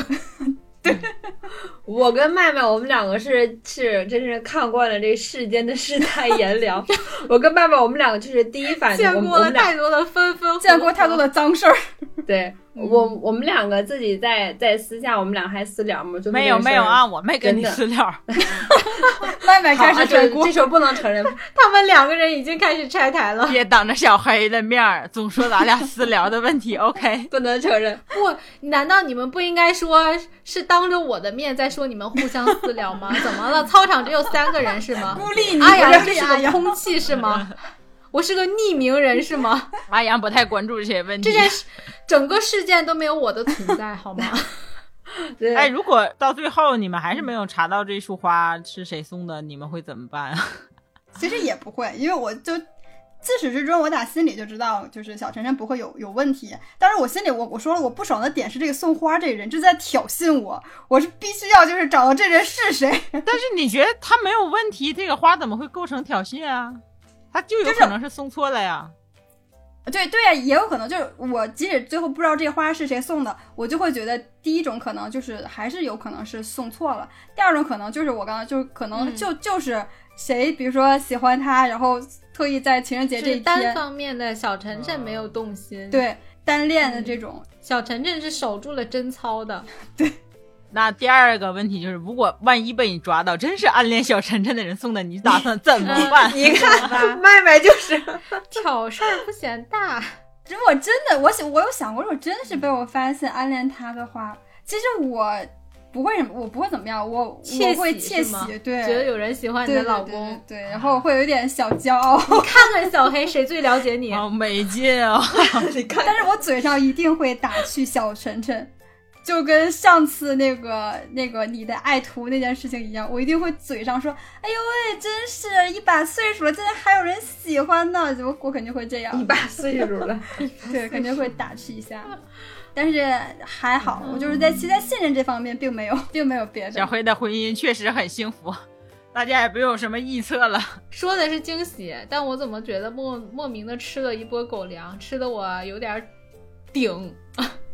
Speaker 4: 我跟麦麦，我们两个是是真是看惯了这世间的世态炎凉。我跟麦麦，我们两个就是第一反应，
Speaker 1: 见
Speaker 4: 我们
Speaker 1: 过了
Speaker 4: 我们俩
Speaker 1: 太多的纷纷火火，
Speaker 2: 见过太多的脏事儿。
Speaker 4: 对我我们两个自己在在私下，我们俩还私聊嘛，就
Speaker 3: 没有没有
Speaker 4: 啊。
Speaker 3: 啊，我没跟你
Speaker 4: 真的
Speaker 3: 私聊。
Speaker 2: 麦麦开
Speaker 4: 好啊
Speaker 2: 始甩
Speaker 4: 对
Speaker 2: 锅
Speaker 4: 这，时候不能承认，
Speaker 1: 他们两个人已经开始拆台了。
Speaker 3: 别当着小黑的面儿总说咱俩私聊的问题。OK，
Speaker 4: 不能承认。
Speaker 1: 不，难道你们不应该说是当着我的面在说你们互相私聊
Speaker 2: [LAUGHS]
Speaker 1: 吗？怎么了？操场只有三个人是吗？
Speaker 2: 孤立你，
Speaker 1: 阿阳
Speaker 2: 孤
Speaker 1: 这
Speaker 2: 立哎
Speaker 1: 是
Speaker 2: 阿
Speaker 1: 个
Speaker 2: 阳。
Speaker 1: 空气是吗？我是个匿名人是
Speaker 2: [LAUGHS]
Speaker 1: 吗？
Speaker 3: 阿阳不太关注这些问题
Speaker 1: 这。件事，整个事件都没有我的存在好吗？
Speaker 2: [LAUGHS]
Speaker 4: 对
Speaker 3: 哎，如果到最后你们还是没有查到这束花是谁送的，你们会怎么办啊？ [LAUGHS]
Speaker 2: 其实也不会，因为我就自始至终，我打心里就知道，就是小晨晨不会有有问题。但是我心里我我说了，我不爽的点是这个送花这人，这在挑衅我，我是必须要就是找到这人是谁。
Speaker 3: 但是你觉得他没有问题，这个花怎么会构成挑衅啊？他就有
Speaker 2: 就是
Speaker 3: 可能是送错了呀。
Speaker 2: [LAUGHS] 对对啊，也有可能就是我，即使最后不知道这花是谁送的，我就会觉得第一种可能就是还是有可能是送错了，第二种可能就是我刚刚就是可能就、就是谁，比如说喜欢他，然后特意在情人节
Speaker 1: 就
Speaker 2: 这一
Speaker 1: 是单
Speaker 2: 天
Speaker 1: 方面的小晨晨没有动心，，
Speaker 2: 对单恋的这种，
Speaker 1: 小晨晨是守住了贞操的，
Speaker 3: 那第二个问题就是，如果万一被你抓到，真是暗恋小晨晨的人送的，你打算怎么 [LAUGHS] 办？
Speaker 1: 你看吧，
Speaker 4: 麦麦就是
Speaker 1: 挑事儿不嫌大，
Speaker 2: 如果真的，我想我有想过，如果真的是被我发现暗恋他的话，其实我不会什么，我不会怎么样，我
Speaker 1: 窃
Speaker 2: 我会
Speaker 1: 喜
Speaker 2: 窃
Speaker 1: 是吗
Speaker 2: 喜，对，
Speaker 1: 觉得有人喜欢你
Speaker 2: 对
Speaker 1: 的
Speaker 2: 对
Speaker 1: 老
Speaker 2: 对
Speaker 1: 公，
Speaker 2: 对，对然后会有一点小骄
Speaker 1: [LAUGHS]
Speaker 2: 傲，
Speaker 1: 看看小黑谁最了
Speaker 2: [LAUGHS]
Speaker 1: 解你，
Speaker 3: 好没劲哦！ [LAUGHS]
Speaker 4: 你看
Speaker 2: 但是我嘴上一定会打趣小晨晨，就跟上次那个那个你的爱徒那件事情一样，我一定会嘴上说，哎呦喂，真是一把岁数了，竟然还有人喜欢呢，我我肯定会这样，
Speaker 4: 一把岁数了，
Speaker 2: 对，肯定会打趣一下。但是还好，我就是在其在信任这方面并没有， [LAUGHS] 并没有别
Speaker 3: 小
Speaker 2: 的。
Speaker 3: 黑的婚姻确实很幸福，大家也不用有什么臆测了。
Speaker 1: 说的是惊喜，但我怎么觉得莫莫名的吃了一波狗粮，吃的我有点儿顶。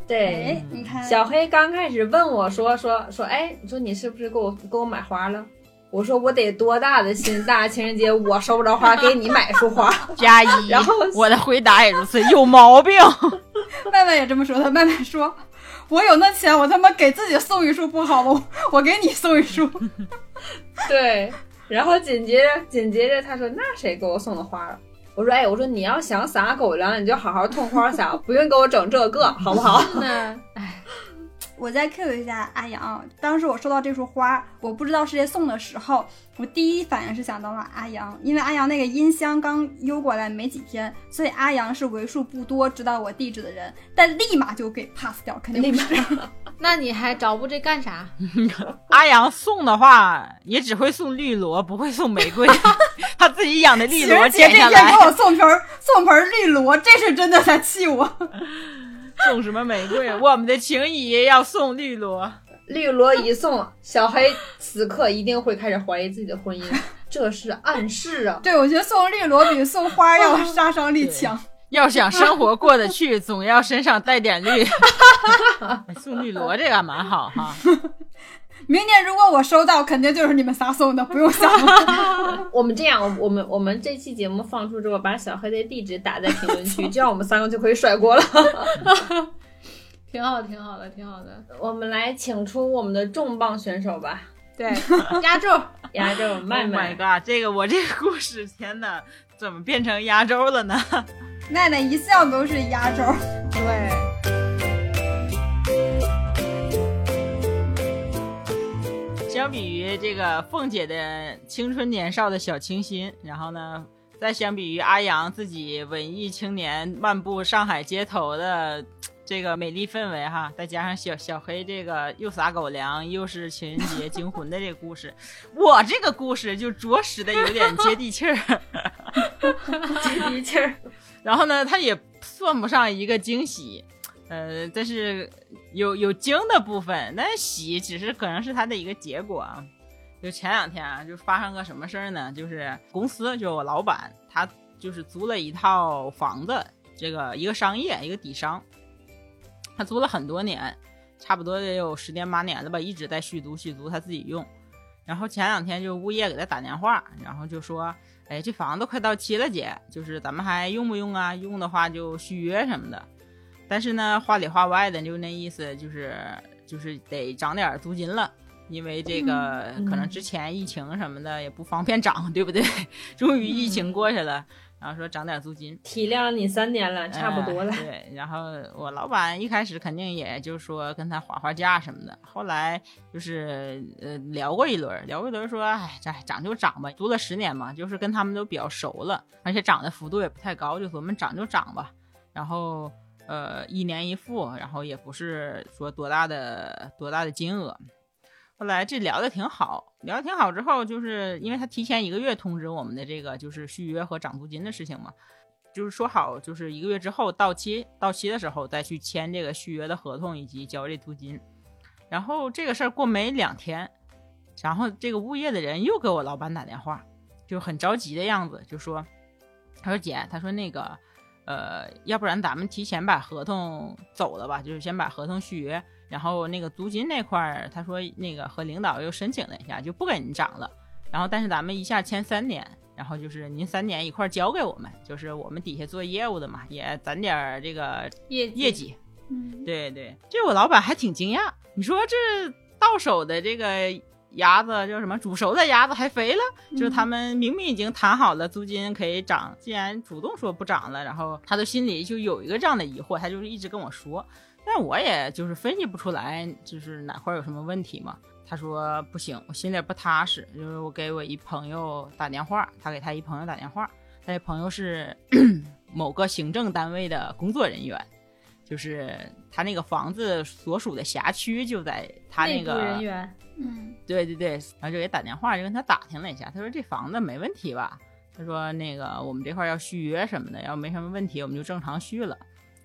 Speaker 4: 对。
Speaker 2: 哎，你看，
Speaker 4: 小黑刚开始问我说说说，哎，你说你是不是给我给我买花了？我说我得多大的心大，情人节我收不着花，给你买束花。
Speaker 3: [LAUGHS] 加 [LAUGHS] 一，
Speaker 4: 然后
Speaker 3: 我的回答也如此，有毛病。 [LAUGHS]
Speaker 2: 麦麦也这么说的。麦麦说：“我有那钱，我他妈给自己送一束不好吗？ [LAUGHS] 我我给你送一束。
Speaker 4: 对，然后紧接着紧接着他说那谁给我送的花了？我说哎，我说你要想撒狗粮，你就好好痛快撒，不用给我整这个，好不好？
Speaker 1: 那”
Speaker 2: 我再 Q 一下阿阳，当时我收到这束花，我不知道是谁送的时候，我第一反应是想到了啊阿阳，因为阿阳那个音箱刚邮过来没几天，所以阿阳是为数不多知道我地址的人，但立马就给 pass 掉，肯定不是。
Speaker 1: 那你还着不这干啥？
Speaker 3: 阿阳送的话，也只会送绿萝，不会送玫 [LAUGHS] 瑰。他自己养的绿
Speaker 2: 情
Speaker 3: 萝
Speaker 2: 人节
Speaker 3: 摘
Speaker 2: 这
Speaker 3: 下
Speaker 2: 天
Speaker 3: 来
Speaker 2: 给我送盆儿送盆儿绿萝，这是真的在气我。 [LAUGHS]
Speaker 3: 送什么玫瑰？我们的情谊要送绿萝。
Speaker 4: 绿萝一送，小黑此刻一定会开始怀疑自己的婚姻，这是暗示啊。
Speaker 2: 对，我觉得送绿萝比送花要杀伤力强。
Speaker 3: 要想生活过得去， [LAUGHS] 总要身上带点绿。 [LAUGHS] 送绿萝这个蛮好哈。Oh
Speaker 2: 明年如果我收到，肯定就是你们仨送的，不用想了。
Speaker 4: 我们这样，我我们我们这期节目放出之后，把小黑的地址打在评论
Speaker 3: [LAUGHS]
Speaker 4: 区，这样我们三个就可以甩锅了。 [LAUGHS]
Speaker 1: 挺好，挺好的，挺好的。
Speaker 4: 我们来请出我们的重磅选手吧，
Speaker 1: 对，压轴。
Speaker 4: 压轴麦
Speaker 3: Oh
Speaker 4: 麦。
Speaker 3: my god！这个我这个故事，天哪，怎么变成压轴了呢？
Speaker 2: 麦麦一向都是压轴。
Speaker 1: 对，
Speaker 3: 相比于这个凤姐的青春年少的小清新，然后呢，再相比于阿阳自己文艺青年漫步上海街头的这个美丽氛围哈，再加上小小黑这个又撒狗粮又是情人节惊魂的这个故事，我这个故事就着实的有点接地气儿。
Speaker 4: [LAUGHS] 接地气儿，
Speaker 3: 然后呢，它也算不上一个惊喜，呃，但是有有惊的部分，但是喜只是可能是它的一个结果啊。就前两天啊，就发生个什么事儿呢？就是公司，就我老板，他就是租了一套房子，这个一个商业，一个底商，他租了很多年，差不多得有十年八年了吧，一直在续租续租，他自己用。然后前两天就物业给他打电话，然后就说，哎，这房子快到期了，姐，就是咱们还用不用啊？用的话就续约什么的。但是呢，话里话外的就那意思，就是就是得涨点儿租金了，因为这个
Speaker 4: 嗯
Speaker 3: 可能之前疫情什么的也不方便涨，对不对？终于疫情过去了，然后说涨点儿租金。
Speaker 4: 体谅你三年了，差不多了
Speaker 3: 哎。对，然后我老板一开始肯定也就是说跟他划划价什么的，后来就是呃聊过一轮儿，聊过一轮儿说，哎，这涨就涨吧，租了十年嘛，就是跟他们都比较熟了，而且涨的幅度也不太高，就琢磨涨就涨吧。然后呃一年一付，然后也不是说多大的多大的金额。后来这聊的挺好，聊的挺好之后，就是因为他提前一个月通知我们的这个就是续约和涨租金的事情嘛，就是说好，就是一个月之后到期，到期的时候再去签这个续约的合同以及交这租金。然后这个事儿过没两天，然后这个物业的人又给我老板打电话，就很着急的样子，就说：“他说姐，他说那个，呃，要不然咱们提前把合同走了吧，就是先把合同续约，然后那个租金那块儿，他说那个和领导又申请了一下，就不给您涨了。然后但是咱们一下签三年，然后就是您三年一块儿交给我们，就是我们底下做业务的嘛，也攒点儿这个
Speaker 1: 业
Speaker 3: 业绩。
Speaker 2: 嗯，
Speaker 3: 对对，这我老板还挺惊讶，你说这到手的这个鸭子叫什么？煮熟的鸭子还肥了，就是
Speaker 1: 嗯
Speaker 3: 他们明明已经谈好了租金可以涨，既然主动说不涨了，然后他的心里就有一个这样的疑惑，他就是一直跟我说，但我也就是分析不出来，就是哪块儿有什么问题嘛。他说不行，我心里不踏实，就是我给我一朋友打电话，他给他一朋友打电话，他这朋友是 [CLEARS THROAT] 某个行政单位的工作人员。就是他那个房子所属的辖区就在他那
Speaker 1: 内部
Speaker 3: 个
Speaker 1: 人员，
Speaker 2: 嗯，
Speaker 3: 对对对，然后就给打电话，就跟他打听了一下，他说这房子没问题吧？他说那个我们这块儿要续约什么的，要没什么问题，我们就正常续了。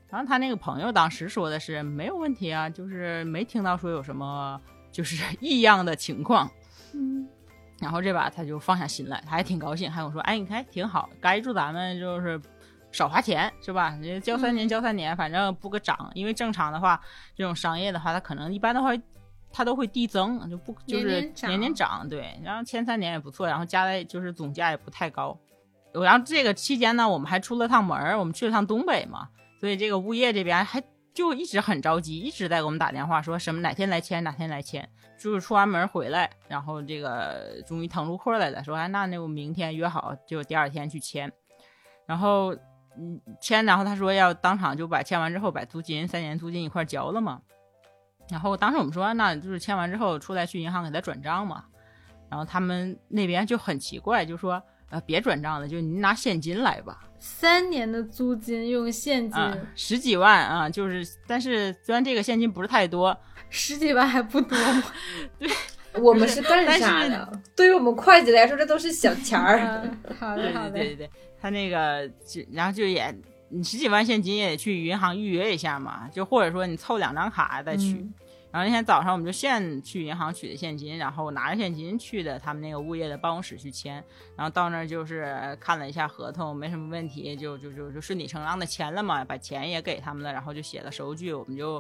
Speaker 3: 然后他那个朋友当时说的是没有问题啊，就是没听到说有什么就是 [LAUGHS] 异样的情况。
Speaker 2: 嗯，
Speaker 3: 然后这把他就放下心来，他还挺高兴，还跟我说：“哎，你看挺好，该住咱们就是少花钱是吧？你交三
Speaker 1: 嗯
Speaker 3: 年交三年，反正不个涨，因为正常的话，这种商业的话，它可能一般的话，它都会递增，就不就是
Speaker 1: 年
Speaker 3: 年
Speaker 1: 年涨
Speaker 3: 年涨，对。然后前三年也不错，然后加在就是总价也不太高。然后这个期间呢，我们还出了趟门儿，我们去了趟东北嘛，所以这个物业这边还就一直很着急，一直在给我们打电话说什么哪天来签，哪天来签。就是出完门回来，然后这个终于腾出空来了，说哎，那那我明天约好，就第二天去签。然后嗯签，然后他说要当场就把签完之后把租金三年租金一块儿交了嘛。然后当时我们说，那就是签完之后出来去银行给他转账嘛。然后他们那边就很奇怪，就说呃别转账了，就您拿现金来吧。
Speaker 1: 三年的租金用现金、
Speaker 3: 啊、十几万啊，就是但是虽然这个现金不是太多，
Speaker 1: 十几万还不多吗？
Speaker 4: 我们是干啥
Speaker 3: 但
Speaker 4: 的？对于我们会计来说，这都是小钱儿。
Speaker 1: 嗯好
Speaker 3: [LAUGHS] 对
Speaker 1: 的好
Speaker 3: 对
Speaker 1: 的，
Speaker 3: 对对，他那个就然后就也你十几万现金也得去银行预约一下嘛，就或者说你凑两张卡再去。
Speaker 1: 嗯
Speaker 3: 然后那天早上我们就现去银行取的现金，然后拿着现金去的他们那个物业的办公室去签，然后到那儿就是看了一下合同，没什么问题，就就就就顺理成章的签了嘛，把钱也给他们了，然后就写了收据，我们就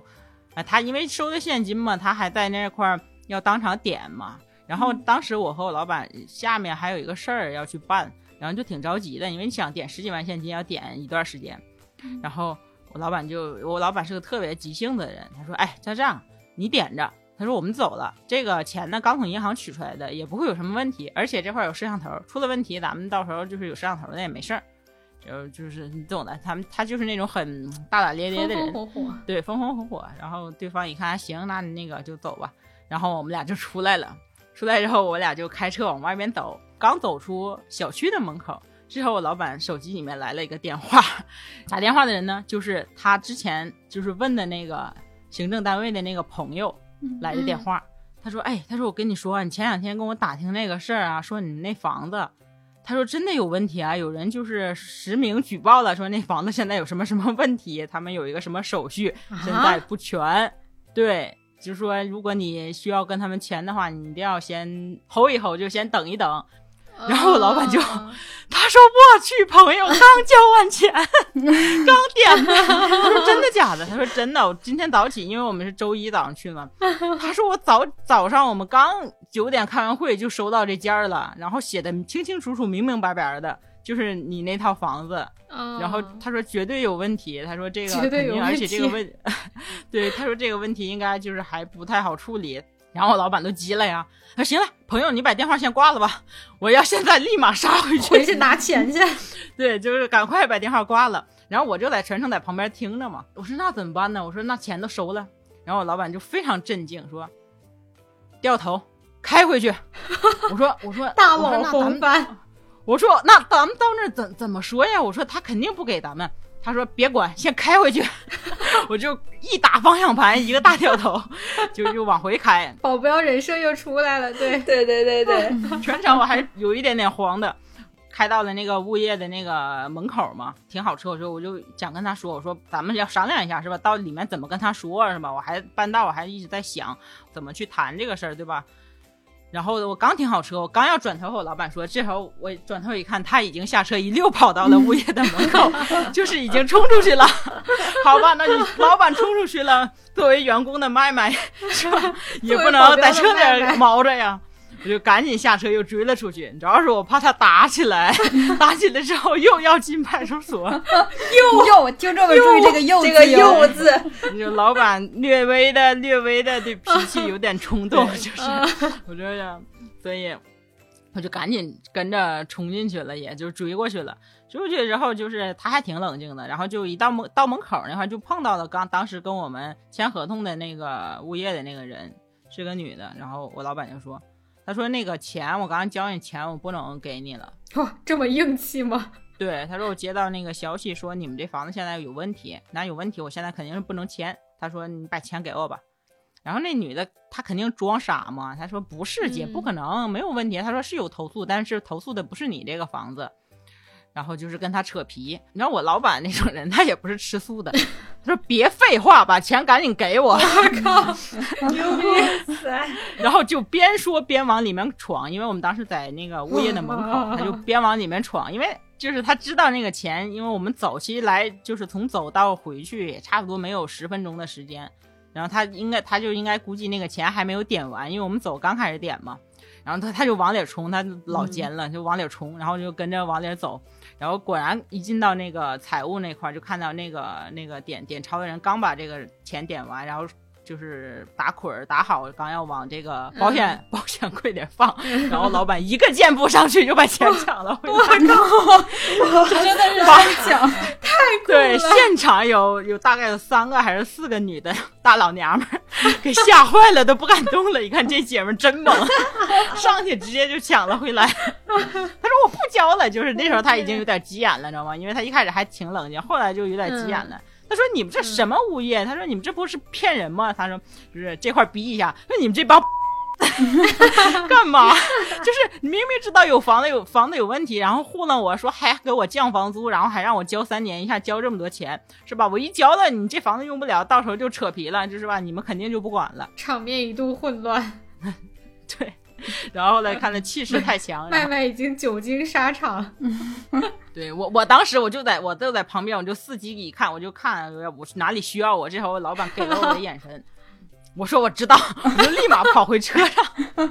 Speaker 3: 啊，他因为收的现金嘛，他还在那块儿要当场点嘛。
Speaker 1: 嗯
Speaker 3: 然后当时我和我老板下面还有一个事儿要去办，然后就挺着急的，因为你想点十几万现金要点一段时间。
Speaker 1: 嗯
Speaker 3: 然后我老板就，我老板是个特别急性子的人，他说：“哎，那这样你点着。”他说：“我们走了，这个钱呢刚从银行取出来的，也不会有什么问题，而且这块儿有摄像头，出了问题咱们到时候就是有摄像头的也没事儿。”就就是你懂的，他们他就是那种很大大咧咧
Speaker 1: 风
Speaker 3: 的人，
Speaker 1: 风火
Speaker 2: 啊
Speaker 1: 火，
Speaker 3: 对，风风火火。然后对方一看，啊行，那你那个就走吧。然后我们俩就出来了。出来之后，我俩就开车往外面走。刚走出小区的门口，之后我老板手机里面来了一个电话，打电话的人呢，就是他之前就是问的那个行政单位的那个朋友
Speaker 2: 嗯
Speaker 3: 来的电话。他说：“哎，他说我跟你说啊，你前两天跟我打听那个事儿啊，说你那房子。”他说真的有问题啊，有人就是实名举报了，说那房子现在有什么什么问题，他们有一个什么手续，现在
Speaker 1: 啊，
Speaker 3: 不全。对，就说如果你需要跟他们签的话，你一定要先吼一吼，就先等一等。 [LAUGHS] 然后我老板就
Speaker 1: 哦
Speaker 3: 他说我去，朋友刚交
Speaker 1: [LAUGHS]
Speaker 3: 完钱，刚点的。他说真的假的？他说真的，我今天早起，因为我们是周一早上去
Speaker 1: [LAUGHS]
Speaker 3: 嘛。他说我早早上我们刚九点开完会就收到这件儿了，然后写的清清楚楚、明明白白的。就是你那套房子，
Speaker 1: 哦
Speaker 3: 然后他说绝对有问题，他说这个
Speaker 1: 绝对
Speaker 3: 肯定
Speaker 1: 有
Speaker 3: 而
Speaker 1: 问
Speaker 3: 且这个
Speaker 1: 题
Speaker 3: 问， [LAUGHS] 对，他说这个问题应该就是还不太好处理。然后我老板都急了呀，他说行了，朋友你把电话先挂了吧，我要现在立马杀回去。
Speaker 1: 回去拿钱去，
Speaker 3: 对，就是赶快把电话挂了。然后我就在全程在旁边听着嘛。我说那怎么办呢？我说那钱都收了。然后我老板就非常震惊，说掉头开回
Speaker 1: [LAUGHS]
Speaker 3: 去。我说我说
Speaker 1: [LAUGHS] 大
Speaker 3: 我说
Speaker 1: 佬
Speaker 3: 那咱
Speaker 1: 红
Speaker 3: 们
Speaker 1: 班，
Speaker 3: 我说那咱们到那儿怎怎么说呀？我说他肯定不给咱们。他说别管，先
Speaker 1: [LAUGHS]
Speaker 3: 开回去。我就一打方向盘，一个大掉头，就就往回开。
Speaker 1: 保镖人设又出来了，对，
Speaker 4: 对对对
Speaker 3: [LAUGHS]
Speaker 4: 对，
Speaker 3: 全程我还有一点点慌的，开到了那个物业的那个门口嘛，停好车，我说我就想跟他说，我说咱们要商量一下是吧？到里面怎么跟他说是吧？我还半道我还一直在想怎么去谈这个事儿，对吧？然后我刚停好车，我刚要转头和我老板说，这时候我转头一看，他已经下车一溜跑到了物业的门口，就是已经冲出去了。好吧，那你老板冲出去了，作为员工的麦麦是吧，也不能在这点毛着呀。我就赶紧下车又追了出去，主要是我怕他打起来，打起来之后又要进派出所，
Speaker 2: 又又听众们注意这个又
Speaker 4: 这个
Speaker 2: [LAUGHS]
Speaker 4: 柚字，
Speaker 3: 就老板略微的、略微的对脾气有点冲动，就是我这样，所以我就赶紧跟着冲进去了，也就追过去了。追过去之后，就是他还挺冷静的，然后就一到门到门口那块就碰到了刚当时跟我们签合同的那个物业的那个人，是个女的，然后我老板就说。他说：“那个钱，我刚刚交你钱，我不能给你了。”
Speaker 1: 哦，这么硬气吗？
Speaker 3: 对，他说我接到那个消息说你们这房子现在有问题，那有问题，我现在肯定是不能签。他说：“你把钱给我吧。”然后那女的她肯定装傻嘛，她说：“不是姐，不可能，没有问题。”她说：“是有投诉，但是投诉的不是你这个房子。”然后就是跟他扯皮，你知道我老板那种人，他也不是吃素的。他说：“别废话，把钱赶紧给我！”
Speaker 1: 我靠，
Speaker 4: 牛逼塞！
Speaker 3: 然后就边说边往里面闯，因为我们当时在那个物业的门口，他就边往里面闯，因为就是他知道那个钱，因为我们早期来就是从走到回去也差不多没有十分钟的时间，然后他应该他就应该估计那个钱还没有点完，因为我们走刚开始点嘛。然后他他就往里冲，他老尖了，就往里冲，然后就跟着往里走，然后果然一进到那个财务那块儿，就看到那个那个点点钞的人刚把这个钱点完，然后就是打捆儿打好，刚要往这个保险、保险柜里放，然后老板一个箭步上去就把钱抢了 [LAUGHS] 回来。
Speaker 2: 真的是太强，
Speaker 3: 对，现场有有大概有三个还是四个女的大老娘们儿给吓坏了，都不敢动了。一看这姐们儿真猛， [LAUGHS] 上去直接就抢了回来。 [LAUGHS] 她说我不交了，就是那时候她已经有点急眼了，知道吗？因为她一开始还挺冷静，后来就有点急眼了。她说你们这什么物业？她说你们这不是骗人吗？她说不是这块逼一下，说你们这帮 [LAUGHS] 干嘛？就是明明知道有房子有房子有问题，然后糊弄我说还给我降房租，然后还让我交三年，一下交这么多钱，是吧？我一交了，你这房子用不了，到时候就扯皮了，就是吧？你们肯定就不管了。
Speaker 1: 场面一度混乱，
Speaker 3: 对，然后来看他气势
Speaker 1: [LAUGHS]
Speaker 3: 太强，然
Speaker 1: 麦
Speaker 3: 后
Speaker 1: 麦已经久经沙场，
Speaker 3: 对我我当时我就在我就在旁边，我就伺机一看，我就看哎我哪里需要我，这时候老板给了我的眼神。我说我知道，我就立马跑回车上， [LAUGHS]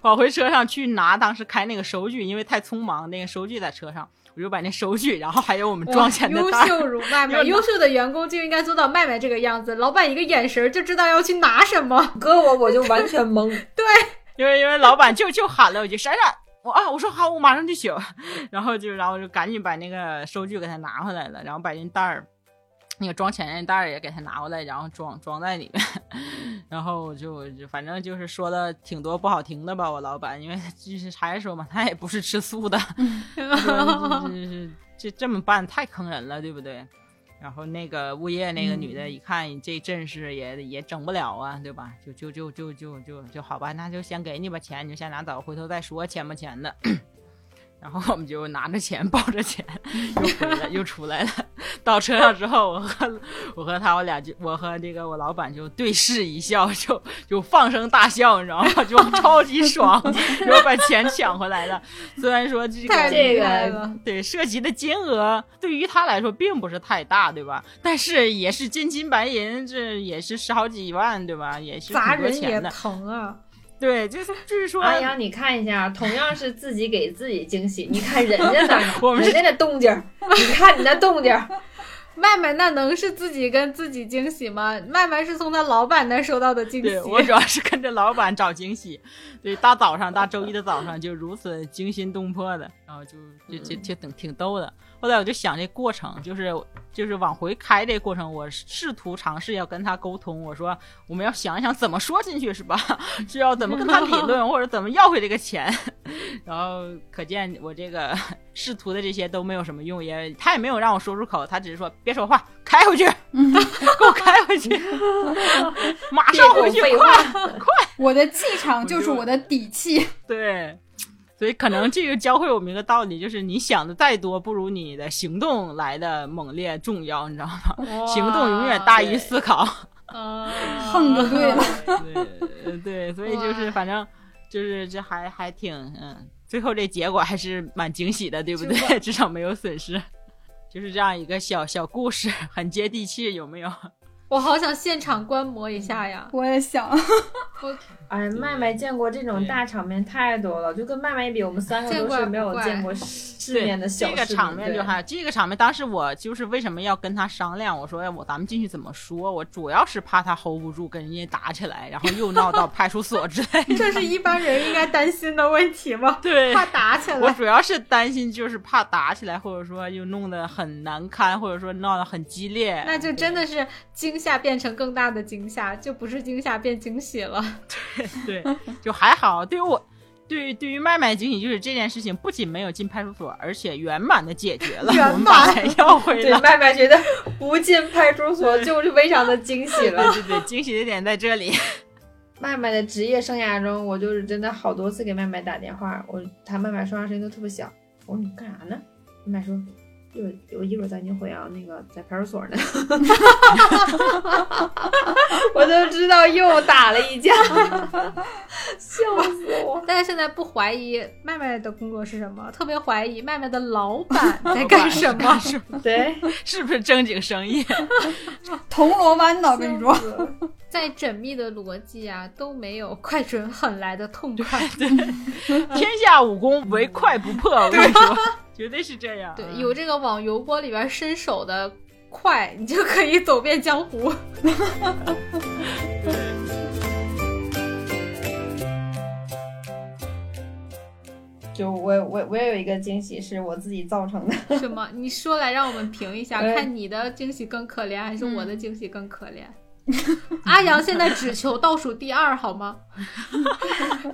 Speaker 3: 跑回车上去拿当时开那个收据，因为太匆忙，那个收据在车上，我就把那收据，然后还有我们 [LAUGHS] 装钱的
Speaker 1: 优
Speaker 3: 单儿，
Speaker 1: 秀如麦麦，优秀的员工就应该做到麦麦这个样子，老板一个眼神儿就知道要去拿什么。
Speaker 5: 搁我我就完全懵，
Speaker 3: 因为因为老板就就喊了我一句闪闪，我啊我说好，我马上就取， [LAUGHS] 然后就然后我就赶紧把那个收据给他拿回来了，然后把那袋儿那个装钱那袋儿也给他拿回来，然后装装在里面， [LAUGHS] 然后我就就反正就是说的挺多不好听的吧，我老板，因为就是还是说嘛，他也不是吃素的，说这这这这这么办太坑人了，对不对？然后那个物业那个女的，一看这阵势也、也整不了啊，对吧？就就就就就就就好吧，那就先给你吧，钱你就先拿走，回头再说钱不钱的。 [COUGHS] 然后我们就拿着钱，抱着钱，又回来，又出来了。到车上之后，我和我和他，我俩就我和这个我老板就对视一笑，就就放声大笑，你知道吗？就超级爽，然后把钱抢回来了。虽然说这个
Speaker 1: 太厉害
Speaker 4: 这
Speaker 1: 了，
Speaker 3: 对，涉及的金额对于他来说并不是太大，对吧？但是也是真金白银，这也是十好几万，对吧？也是
Speaker 1: 砸哎
Speaker 3: 挺多
Speaker 1: 人也
Speaker 3: 钱的。
Speaker 1: 疼啊！
Speaker 3: 对，就是就是
Speaker 4: [LAUGHS]
Speaker 3: 说，
Speaker 4: 阿阳，你看一下，同样是自己给自己惊喜，你看人家那
Speaker 3: [LAUGHS] ，我们是
Speaker 4: 人家那动静儿，你看你那动静儿，
Speaker 1: 麦麦那能是自己跟自己惊喜吗？麦麦是从他老板那收到的惊
Speaker 3: 对我
Speaker 1: 喜，
Speaker 3: 主要是跟着老板找惊喜。对，大早上，大周一的早上就如此惊心动魄的，然后就
Speaker 4: 嗯
Speaker 3: 就就就挺挺逗的。后来我就想这过程，就是就是往回开这过程，我试图尝试要跟他沟通，我说我们要想一想怎么说进去是吧？ [LAUGHS] 是要怎么跟他理论，或者怎么要回这个钱。 [LAUGHS] 然后可见我这个 [LAUGHS] 试图的这些都没有什么用，也他也没有让我说出口，他只是说别说话，开回去， [LAUGHS]
Speaker 2: 嗯
Speaker 3: 给我开回去， [LAUGHS] 马
Speaker 4: 别
Speaker 3: 上
Speaker 4: 跟
Speaker 3: 回
Speaker 4: 我
Speaker 3: 去，
Speaker 4: 废
Speaker 3: 快！
Speaker 4: 话。
Speaker 2: 我的气场就是我的底气。
Speaker 3: 对，所以可能这个教会我们一个道理，就是你想的再多，不如你的行动来的猛烈重要，你知道吗？ [LAUGHS] 行动永远大于 [LAUGHS]
Speaker 1: 对
Speaker 3: 思考。
Speaker 1: 啊，
Speaker 3: [LAUGHS]
Speaker 2: 横着对了
Speaker 3: 对对，所以就是
Speaker 1: 哇
Speaker 3: 反正就是这还还挺嗯，最后这结果还是蛮惊喜的，对不对？ [LAUGHS] 至少没有损失，就是这样一个小小故事，很接地气，有没有？
Speaker 1: 我好想现场观摩一下呀！
Speaker 2: 我也想，
Speaker 4: 哎，麦麦见过这种大场面太多了，就跟麦麦比，我们三个都是没有见过世面的小
Speaker 3: 这
Speaker 4: 事
Speaker 3: 个场面就
Speaker 4: 对
Speaker 3: 还这个场面，当时我就是为什么要跟他商量，我说哎我咱们进去怎么说？我主要是怕他 hold 不住，跟人家打起来，然后又闹到派出所之
Speaker 1: [LAUGHS]
Speaker 3: 类的。
Speaker 1: 这是一般人应该担心的问题吗？
Speaker 3: 对，
Speaker 1: 怕打起
Speaker 3: 我
Speaker 1: 来。
Speaker 3: 主要是担心就是怕打起来，或者说又弄得很难堪，或者说闹得很激烈。
Speaker 1: 那就真的是惊吓变成更大的惊吓，就不是惊吓变惊喜了。 [LAUGHS]
Speaker 3: 对，就还好。对于我，对于对于麦麦惊喜，就是这件事情不仅没有进派出所，而且圆满的解决了，
Speaker 1: 圆
Speaker 3: 我们把
Speaker 1: 满
Speaker 3: 钱要回
Speaker 4: 对
Speaker 3: 来。
Speaker 4: 麦麦觉得不进派出所就是非常的惊喜了
Speaker 3: [LAUGHS] 对。对对，惊喜的点在这里。
Speaker 4: 麦麦的职业生涯中，我就是真的好多次给麦麦打电话，我她麦麦说话声音都特别小，我说你干啥呢？麦麦说一会儿我一会儿在您回阳那个在派出所
Speaker 3: [LAUGHS]
Speaker 4: 呢，我都知道又打了
Speaker 3: [LAUGHS]
Speaker 4: 一架，笑死我！
Speaker 1: 但是现在不怀疑麦麦的工作是什么，特别怀疑麦麦的老板在干什么。
Speaker 3: 是
Speaker 4: 对，
Speaker 3: 是不是正经生意？
Speaker 2: 铜锣湾的，我跟
Speaker 1: [LAUGHS]
Speaker 2: 你说，
Speaker 1: 在缜密的逻辑啊，都没有快准狠来的痛快。
Speaker 3: 天下武功唯快不破，我跟你说，绝对是这样。啊
Speaker 1: 对，有这个往油锅里边伸手的快，你就可以走遍江湖。
Speaker 4: 就我我我也有一个惊喜是我自己造成的，
Speaker 1: 什么？你说来让我们评一下，
Speaker 4: 哎
Speaker 1: 看你的惊喜更可怜，还是我的惊喜更可怜？阿阳现在只求倒数第二，好吗？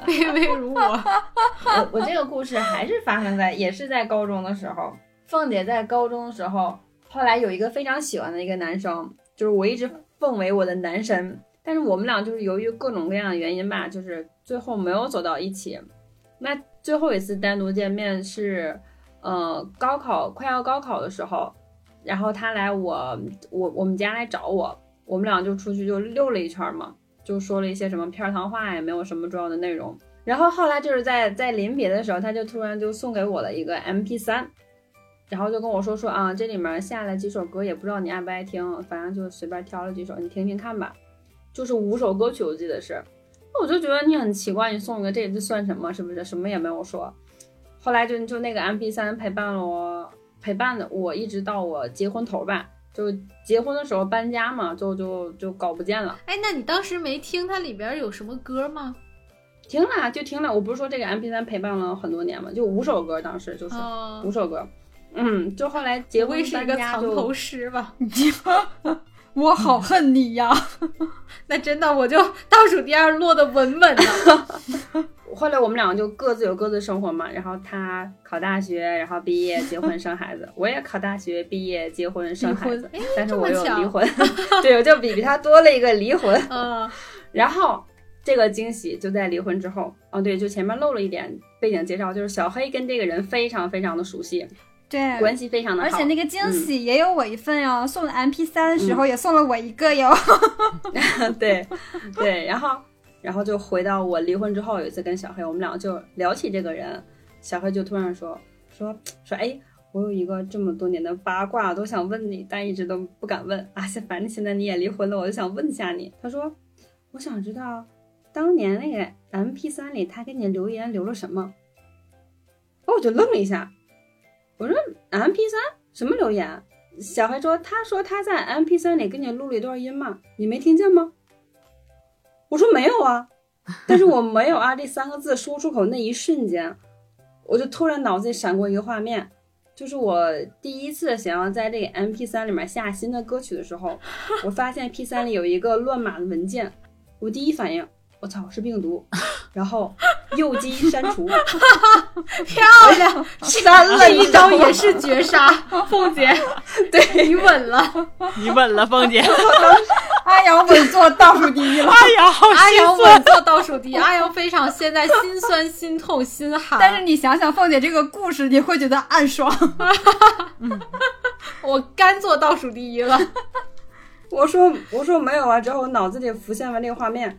Speaker 1: 卑微如我，
Speaker 4: [LAUGHS] 我我这个故事还是发生在也是在高中的时候，凤姐在高中的时候，后来有一个非常喜欢的一个男生，就是我一直奉为我的男神，但是我们俩就是由于各种各样的原因吧，就是最后没有走到一起。那最后一次单独见面是，呃，高考快要高考的时候，然后他来我我我们家来找我，我们俩就出去就溜了一圈嘛，就说了一些什么片儿糖话，也没有什么重要的内容。然后后来就是在在临别的时候，他就突然就送给我了一个 MP 三，然后就跟我说说啊，这里面下了几首歌，也不知道你爱不爱听，反正就随便挑了几首，你听听看吧。就是五首歌曲，我记得是。那我就觉得你很奇怪，你送一个这这算什么？是不是什么也没有说？后来就就那个 MP 三陪伴了我，陪伴的我一直到我结婚头吧，就结婚的时候搬家嘛，就就就搞不见了。
Speaker 1: 哎，那你当时没听它里边有什么歌吗？
Speaker 4: 停了啊就停了，我不是说这个 MP 三陪伴了很多年嘛，就五首歌，当时就是
Speaker 1: 哦
Speaker 4: 五，首歌。嗯，就后来结
Speaker 1: 不
Speaker 4: 婚
Speaker 1: 会是一
Speaker 4: 搬
Speaker 1: 个
Speaker 4: 家
Speaker 1: 藏
Speaker 4: 就
Speaker 1: 头诗吧？ [LAUGHS]
Speaker 2: 我好恨你呀！
Speaker 1: 那真的我就倒数第二落得稳稳的。
Speaker 4: 后来我们两个就各自有各自生活嘛，然后他考大学，然后毕业、结婚、生孩子，我也考大学、毕业、结婚、生孩子
Speaker 1: 哎，
Speaker 4: 但是
Speaker 1: 这
Speaker 4: 我
Speaker 1: 么
Speaker 4: 又
Speaker 1: 巧
Speaker 4: 离婚， [LAUGHS] 对，我就比比他多了一个离婚。
Speaker 1: 嗯，
Speaker 4: 然后这个惊喜就在离婚之后，哦，对，就前面漏了一点背景介绍，就是小黑跟这个人非常非常的熟悉，
Speaker 2: 对，
Speaker 4: 关系非常的好，
Speaker 2: 嗯而且那个惊喜也有我一份呀、送的 MP 三的时候也送了我一个哟。 [LAUGHS]
Speaker 4: [LAUGHS] 对对，然后然后就回到我离婚之后，有一次跟小黑，我们俩就聊起这个人，小黑就突然说说说，哎，我有一个这么多年的八卦，都想问你，但一直都不敢问啊。现反正现在你也离婚了，我就想问一下你。他说，我想知道当年那个 M P 三里他给你留言留了什么。然后我就愣了一下，我说 M P 三什么留言？啊小黑说，他说他在 M P 三里给你录了一段音嘛，你没听见吗？我说没有
Speaker 1: [LAUGHS]
Speaker 4: 啊，但是我没有啊这三个字说出口那一瞬间，我就突然脑子里闪过一个画面，就是我第一次想要在这个 M P 三里面下新的歌曲的
Speaker 1: [LAUGHS]
Speaker 4: 时候，我发现 P 三里有一个乱码的文件，我第一反应我操是
Speaker 1: [LAUGHS]
Speaker 4: 病毒，然后右击删除，
Speaker 1: 漂亮，
Speaker 4: 删了
Speaker 1: 这 [LAUGHS] 一
Speaker 4: 你知道
Speaker 1: 招
Speaker 4: 吗
Speaker 1: 也是绝杀，凤 [LAUGHS] 姐，
Speaker 4: [LAUGHS]
Speaker 1: 对你稳了。
Speaker 3: 你稳了，凤姐。
Speaker 2: 阿阳稳坐倒数第一 [LAUGHS] 了，
Speaker 3: 哎呀，好
Speaker 1: 阿阳
Speaker 3: 心酸。
Speaker 1: 稳坐倒数第一，阿阳非常现在心酸、心痛、心寒。
Speaker 2: 但是你想想凤姐这个故事，你会觉得暗爽。
Speaker 1: 我甘做倒数第一了，
Speaker 4: 我说我说没有啊，之后我脑子里浮现完这个画面，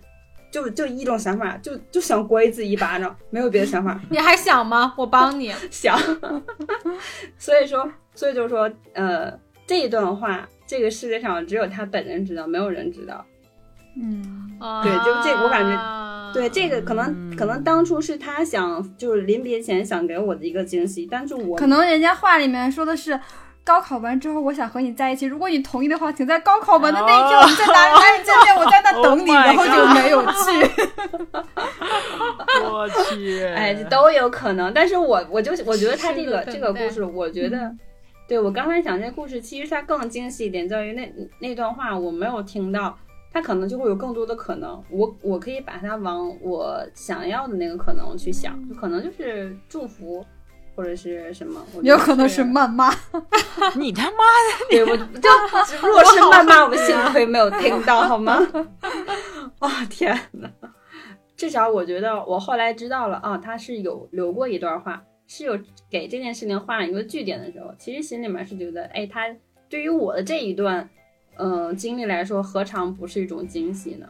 Speaker 4: 就就一种想法，就就想掴自己一巴掌，没有别的想法。
Speaker 1: 你还想吗？我帮你。
Speaker 4: 想，所以说，所以就是说，呃，这一段话，这个世界上只有他本人知道，没有人知道。
Speaker 2: 嗯，
Speaker 4: [LAUGHS] 对就这我感
Speaker 1: 觉
Speaker 4: 对，这个可能可能当初是他想，就是临别前想给我的一个惊喜，但是我
Speaker 2: 可能人家话里面说的是。高考完之后，我想和你在一起。如果你同意的话，请在高考完的那一天，
Speaker 3: 哦
Speaker 2: 我们在哪里哪里见面，我在那等你。
Speaker 3: Oh my
Speaker 2: 然后就没有 [LAUGHS] 去。
Speaker 3: 我去，
Speaker 4: 哎，这都有可能。但是我我就我觉得他
Speaker 1: 持
Speaker 4: 这
Speaker 1: 续
Speaker 4: 个
Speaker 1: 地
Speaker 4: 这个
Speaker 1: 等待
Speaker 4: 故事，我觉得，
Speaker 2: 嗯
Speaker 4: 对我刚才讲这故事，其实它更精细一点，在于那那段话我没有听到，它可能就会有更多的可能。我我可以把它往我想要的那个可能去想，
Speaker 2: 嗯
Speaker 4: 就可能就是祝福。或者是什么？我觉
Speaker 2: 有
Speaker 4: 得
Speaker 2: 可能是谩骂。
Speaker 3: 你他妈
Speaker 4: 对我 [LAUGHS] 就如果是谩骂，我们幸亏没有听到，好 [LAUGHS] 吗？哦天哪！至少我觉得我后来知道了啊，他是有留过一段话，是有给这件事情画了一个句点的时候，其实心里面是觉得，哎，他对于我的这一段，嗯、经历来说，何尝不是一种惊喜呢？